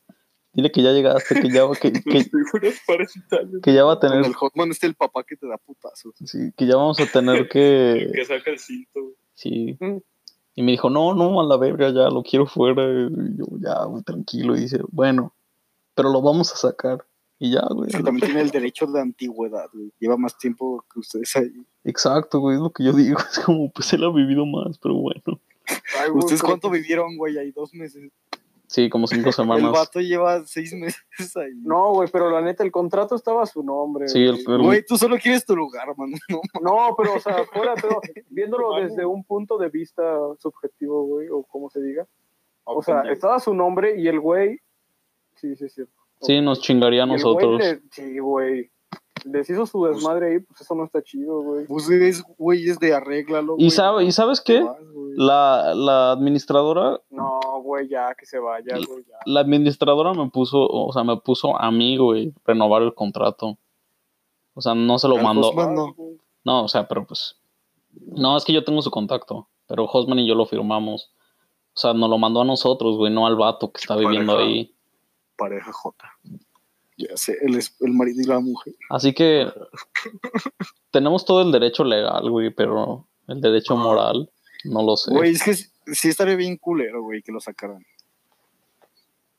Speaker 1: Dile que ya llegaste, que ya, va- que,
Speaker 8: Las
Speaker 1: que-
Speaker 8: figuras parasitales
Speaker 1: que ya va a
Speaker 2: Con
Speaker 1: tener
Speaker 2: el Hotman este el papá que te da putazos.
Speaker 1: Sí, que ya vamos a tener que.
Speaker 8: que saca el cinto, güey.
Speaker 1: Sí.
Speaker 3: Mm.
Speaker 1: Y me dijo, no, no, a la verga, ya lo quiero fuera. Y yo, ya, güey, tranquilo. Y dice, bueno, pero lo vamos a sacar. Y ya, güey.
Speaker 2: Es que también tiene el derecho de antigüedad, güey. Lleva más tiempo que ustedes ahí.
Speaker 1: Exacto, güey, es lo que yo digo. Es como, pues él ha vivido más, pero bueno.
Speaker 3: Ay, güey,
Speaker 2: ¿Ustedes
Speaker 3: creo
Speaker 2: cuánto vivieron, güey? Ahí dos meses.
Speaker 1: Sí, como cinco
Speaker 2: El
Speaker 1: semanas.
Speaker 2: vato lleva seis meses ahí.
Speaker 3: que- No, güey, pero la neta, el contrato estaba a su nombre.
Speaker 1: Sí, el,
Speaker 3: güey.
Speaker 1: el-
Speaker 2: Güey, tú solo quieres tu lugar, mano. No,
Speaker 3: No, pero, o sea, fuera, pero viéndolo desde un punto de vista subjetivo, güey, o como se diga. O sea, estaba a su nombre y el güey. Sí, sí, sí.
Speaker 1: sí, nos chingaría a
Speaker 3: Y el güey
Speaker 1: nosotros.
Speaker 3: le- Sí, güey. Les hizo su desmadre ahí, pues eso no está chido, güey.
Speaker 2: pues es, güey, es de arréglalo.
Speaker 1: ¿Y,
Speaker 2: güey.
Speaker 1: sabe, ¿Y sabes
Speaker 2: Te
Speaker 1: qué?
Speaker 2: vas, güey.
Speaker 1: La, la administradora,
Speaker 3: No, güey, ya, que se vaya, güey, ya.
Speaker 1: la administradora me puso, o sea, me puso a mí, güey, renovar el contrato. O sea, no se lo
Speaker 2: Al
Speaker 1: mandó.
Speaker 3: pues
Speaker 2: Hotman no.
Speaker 1: No, o sea, pero pues. No, es que yo tengo su contacto. Pero Hosman y yo lo firmamos. O sea, nos lo mandó a nosotros, güey, no al vato que está viviendo
Speaker 6: pareja.
Speaker 1: ahí.
Speaker 6: Pareja J.
Speaker 2: Ya sé, el, es- el marido y la mujer.
Speaker 1: Así que. tenemos todo el derecho legal, güey, pero el derecho moral, no lo sé.
Speaker 2: Güey, es que s- sí estaría bien culero, güey, que lo sacaran.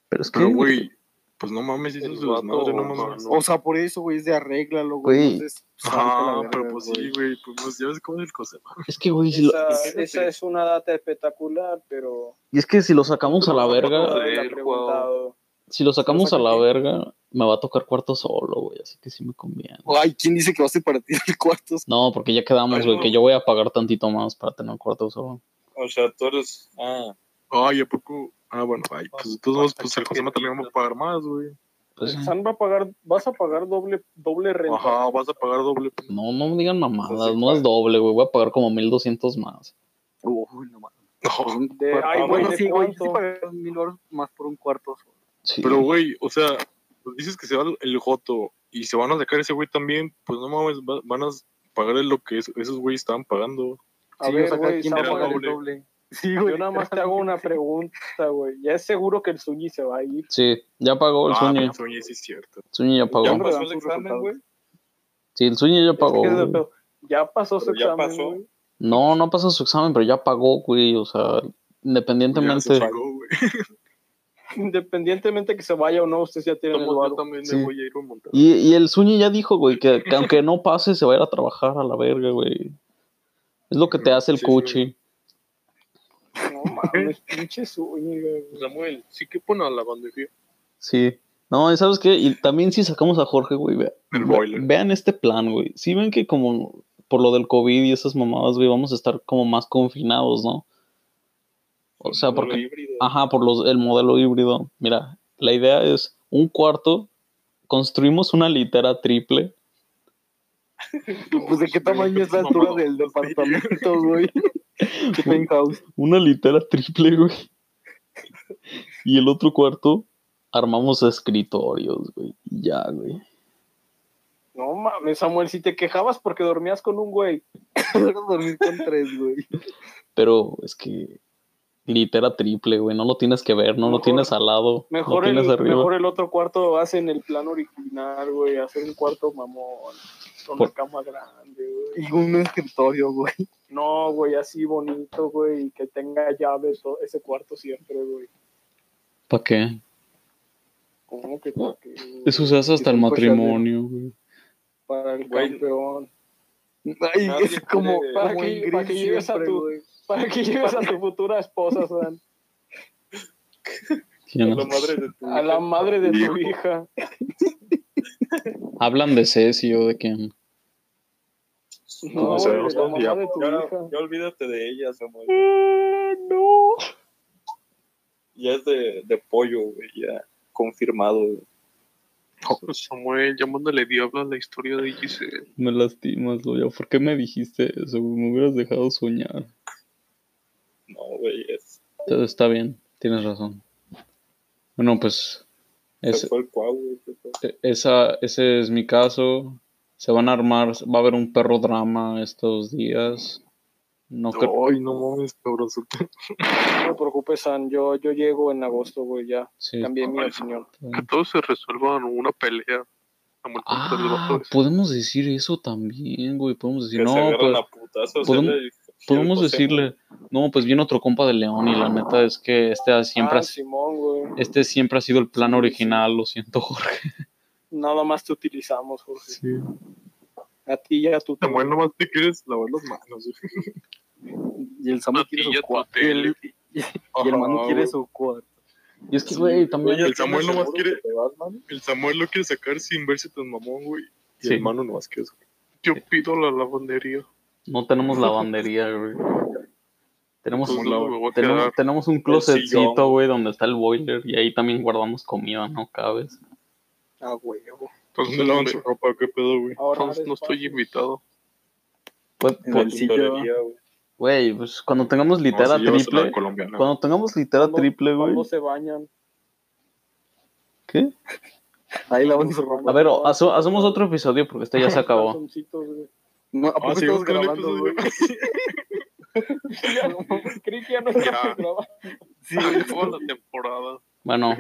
Speaker 1: pero es que.
Speaker 6: Pero, güey, pues no mames, hizo
Speaker 7: El
Speaker 6: su desmadre, no
Speaker 7: vato,
Speaker 6: mames.
Speaker 7: no,
Speaker 2: O sea, por eso, güey, es de arréglalo,
Speaker 1: Güey.
Speaker 2: güey. Entonces, salte
Speaker 3: Ah,
Speaker 2: la
Speaker 6: Ajá,
Speaker 2: verga,
Speaker 6: pero pues sí,
Speaker 2: güey.
Speaker 6: güey, pues, pues ya ves cómo es el Josema.
Speaker 1: es que, güey, si lo-
Speaker 3: Esa, esa es una data espectacular, pero.
Speaker 1: y es que si lo sacamos a la
Speaker 7: no,
Speaker 1: verga,
Speaker 7: no,
Speaker 3: la he
Speaker 7: el
Speaker 3: preguntado.
Speaker 1: si lo sacamos a la
Speaker 3: sácate.
Speaker 1: verga, me va a tocar cuarto solo, güey, así que sí me conviene.
Speaker 2: Ay, ¿quién dice que va a ser para ti el cuarto?
Speaker 1: No, porque ya quedamos,
Speaker 6: Ay,
Speaker 1: güey,
Speaker 6: no.
Speaker 1: que yo voy a pagar tantito más para tener cuarto solo.
Speaker 8: O sea, tú eres. Ah,
Speaker 6: Ay, ¿a poco? Ah, bueno, ay, pues de todos modos, pues el Josema también va a pagar más, güey.
Speaker 1: Pues,
Speaker 3: San va a pagar, vas a pagar doble, doble renta.
Speaker 6: Ajá, vas a pagar doble.
Speaker 1: No, no me digan mamadas,
Speaker 8: Entonces,
Speaker 1: no es doble, güey. Voy a pagar como 1200 más.
Speaker 2: Uy, no mames.
Speaker 6: No,
Speaker 3: De, ay, güey,
Speaker 2: bueno,
Speaker 3: ¿de
Speaker 2: sí, güey, sí
Speaker 3: cuánto?
Speaker 2: pagaron mil dólares más por un cuarto.
Speaker 1: Sí.
Speaker 6: Pero, güey, o sea, pues dices que se va el Joto y se van a sacar ese güey también, pues no mames, va- van a pagarle lo que es- esos güeyes estaban pagando.
Speaker 3: A
Speaker 2: Sí, o
Speaker 3: ver,
Speaker 2: sea,
Speaker 3: güey,
Speaker 2: ¿quién va a
Speaker 6: Samuel,
Speaker 2: pagar el
Speaker 6: doble?
Speaker 2: doble? Sí,
Speaker 3: Yo nada más te hago una pregunta, güey. Ya es seguro que el Suñi se va a ir.
Speaker 1: Sí, ya pagó Oh, el
Speaker 6: ah,
Speaker 1: Zuni.
Speaker 6: pero Zúñiga sí es cierto.
Speaker 1: Zuni ya
Speaker 8: ¿ya
Speaker 1: pagó.
Speaker 2: pero-
Speaker 8: pasó
Speaker 2: dan
Speaker 8: el
Speaker 2: sus
Speaker 8: examen,
Speaker 2: resultados.
Speaker 8: güey?
Speaker 1: Sí, el sueño ya pagó.
Speaker 3: que es lo
Speaker 1: güey.
Speaker 3: peor. Ya pasó su
Speaker 8: Pero ya
Speaker 3: examen,
Speaker 8: pasó.
Speaker 3: güey.
Speaker 1: No, no pasó su examen, pero ya pagó, güey. O sea,
Speaker 6: Ya se
Speaker 1: independientemente.
Speaker 6: pagó, güey.
Speaker 3: Independientemente que se vaya o no, ustedes ya tienen el
Speaker 6: Como
Speaker 3: varo.
Speaker 6: yo también
Speaker 1: Sí.
Speaker 6: me voy a ir a montar.
Speaker 1: Y, y el sueño ya dijo, güey, que, que aunque no pase, se va a ir a trabajar a la verga, güey. Es lo que te hace el
Speaker 6: Sí, sí,
Speaker 1: cuchi.
Speaker 3: No mames, pinche sueño, güey.
Speaker 6: Samuel, sí que pone a la bandeja.
Speaker 1: Sí. No, y sabes qué, y también si sacamos a Jorge, güey, vea-
Speaker 6: El
Speaker 1: ve-
Speaker 6: boiler.
Speaker 1: vean este plan, güey. Si ven que como por lo del COVID y esas mamadas, güey, vamos a estar como más confinados, ¿no? O sea,
Speaker 8: Modelo
Speaker 1: porque,
Speaker 8: híbrido.
Speaker 1: ajá, por los, el modelo híbrido. Mira, la idea es un cuarto, construimos una litera triple.
Speaker 2: Pues de qué tamaño es la altura del departamento, güey. De penthouse.
Speaker 1: Una litera triple, güey. Y el otro cuarto, armamos escritorios, güey. Y Ya, güey.
Speaker 3: No mames, Samuel, si te quejabas porque dormías con un güey.
Speaker 2: Ahora dormir con tres, güey.
Speaker 1: Pero es que litera triple, güey. No lo tienes que ver, no lo
Speaker 3: Mejor-
Speaker 1: tienes al lado,
Speaker 3: Mejor,
Speaker 1: lo
Speaker 3: el,
Speaker 1: tienes arriba.
Speaker 3: mejor el otro cuarto hacen el plan original, güey. Hacen un cuarto mamón. Con
Speaker 1: Por-
Speaker 3: una cama grande, güey.
Speaker 2: Y un escritorio, güey.
Speaker 3: No, güey, así bonito, güey. y Que tenga llave todo ese cuarto siempre, güey.
Speaker 1: ¿Para qué?
Speaker 3: ¿Cómo que para qué, güey?
Speaker 1: Eso se hace hasta el
Speaker 2: Es un cochadero.
Speaker 1: matrimonio, güey.
Speaker 3: Para el
Speaker 8: Güey.
Speaker 3: campeón.
Speaker 2: Ay,
Speaker 8: Nadie
Speaker 2: es como, como
Speaker 8: quiere-
Speaker 3: Para que-
Speaker 2: en
Speaker 3: para que
Speaker 2: Gris
Speaker 3: llegues a
Speaker 2: siempre,
Speaker 3: tu-
Speaker 2: güey.
Speaker 3: Para que lleves a tu futura esposa, San.
Speaker 1: ¿Quién
Speaker 8: La
Speaker 1: es?
Speaker 8: madre de tu
Speaker 3: A la
Speaker 8: hija.
Speaker 3: madre de tu
Speaker 6: Hijo.
Speaker 3: hija.
Speaker 1: Hablan de Ceci o de quién.
Speaker 3: No,
Speaker 6: se
Speaker 3: güey,
Speaker 6: los
Speaker 3: la mamá
Speaker 6: ya,
Speaker 3: de tu
Speaker 8: Ya,
Speaker 3: hija.
Speaker 8: ya olvídate de ella, Samuel.
Speaker 1: Eh,
Speaker 3: No.
Speaker 8: Ya es de, de pollo, güey. Ya confirmado. güey.
Speaker 10: Samuel, llamándole diablo a la historia de Giselle.
Speaker 1: Me lastimas, Loya. ¿Por qué me dijiste eso? güey? Me hubieras dejado soñar.
Speaker 8: No, güey. Es,
Speaker 1: Todo está bien, tienes razón. Bueno, pues
Speaker 8: se
Speaker 1: es-
Speaker 8: fue el cuau, güey. se fue.
Speaker 1: e- esa, ese es mi caso. Se van a armar, va a haber un perro drama estos días. No creo.
Speaker 6: Ay, no mames, cabronzote.
Speaker 3: No te preocupes, San. Yo, yo llego en agosto, güey. Ya
Speaker 1: sí,
Speaker 3: cambié mi opinión.
Speaker 10: Que todo se resuelva en una pelea. Samuel contra el
Speaker 1: Ah,
Speaker 10: vato ese.
Speaker 1: podemos decir eso también, güey. Podemos decir,
Speaker 8: Que
Speaker 1: no,
Speaker 8: se agarran
Speaker 1: pues,
Speaker 8: a putazos.
Speaker 1: podemos-
Speaker 8: él y-
Speaker 1: podemos
Speaker 8: y el José,
Speaker 1: decirle, no, pues viene otro compa de León y la neta es que este ha- siempre,
Speaker 3: Ah,
Speaker 1: ha-
Speaker 3: Simón, güey.
Speaker 1: este siempre ha sido el plan
Speaker 3: Sí, sí.
Speaker 1: original, lo siento, Jorge.
Speaker 3: Nada más te utilizamos, Jorge. A ti ya tú.
Speaker 6: Samuel, nomás te quieres lavar las manos, güey.
Speaker 2: Y el Samuel quiere su
Speaker 10: Natilla,
Speaker 2: cuarto. Y
Speaker 10: tele.
Speaker 2: el, y el Manu quiere su cuarto.
Speaker 1: Y es que, güey, también...
Speaker 8: Oye,
Speaker 6: El Samuel
Speaker 8: ¿tienes
Speaker 6: nomás
Speaker 8: seguro
Speaker 6: quiere-
Speaker 8: que te vas, mami?
Speaker 6: El Samuel lo quiere sacar sin verse tan mamón, güey. Y
Speaker 1: Sí.
Speaker 6: el mano nomás quiere sacar.
Speaker 10: Yo pido la lavandería.
Speaker 1: No tenemos lavandería, güey. Tenemos,
Speaker 10: Como la- me voy a
Speaker 1: tenemos,
Speaker 10: quedar.
Speaker 1: tenemos un
Speaker 8: sillón,
Speaker 1: closetcito,
Speaker 8: güey.
Speaker 1: güey, donde está el boiler y ahí también guardamos comida, ¿no cabes?
Speaker 3: Ah, güey. güey.
Speaker 10: Entonces,
Speaker 6: ¿Dónde lavan su ropa? ¿Qué pedo, güey?
Speaker 3: Ahora
Speaker 10: entonces no estoy invitado.
Speaker 1: Pues,
Speaker 2: En
Speaker 1: pues,
Speaker 2: el sillón.
Speaker 8: Tintorería, güey.
Speaker 1: Güey, pues cuando tengamos litera
Speaker 6: No, sí, llévasela
Speaker 1: triple...
Speaker 6: al colombiano.
Speaker 1: Cuando tengamos litera
Speaker 3: ¿Cuándo-
Speaker 1: triple, güey...
Speaker 3: cuándo se bañan?
Speaker 1: ¿Qué?
Speaker 2: Ahí lavan su ropa.
Speaker 1: A ver, o- hace- hacemos otro episodio porque este ya se acabó.
Speaker 3: Calzoncitos, güey.
Speaker 2: No, ¿A
Speaker 6: Ah,
Speaker 2: poco
Speaker 6: sí,
Speaker 2: estamos
Speaker 6: busca el
Speaker 2: grabando,
Speaker 6: episodio.
Speaker 2: güey?
Speaker 3: Creí que ya no estaba grabando.
Speaker 10: Toda la temporada.
Speaker 1: Bueno,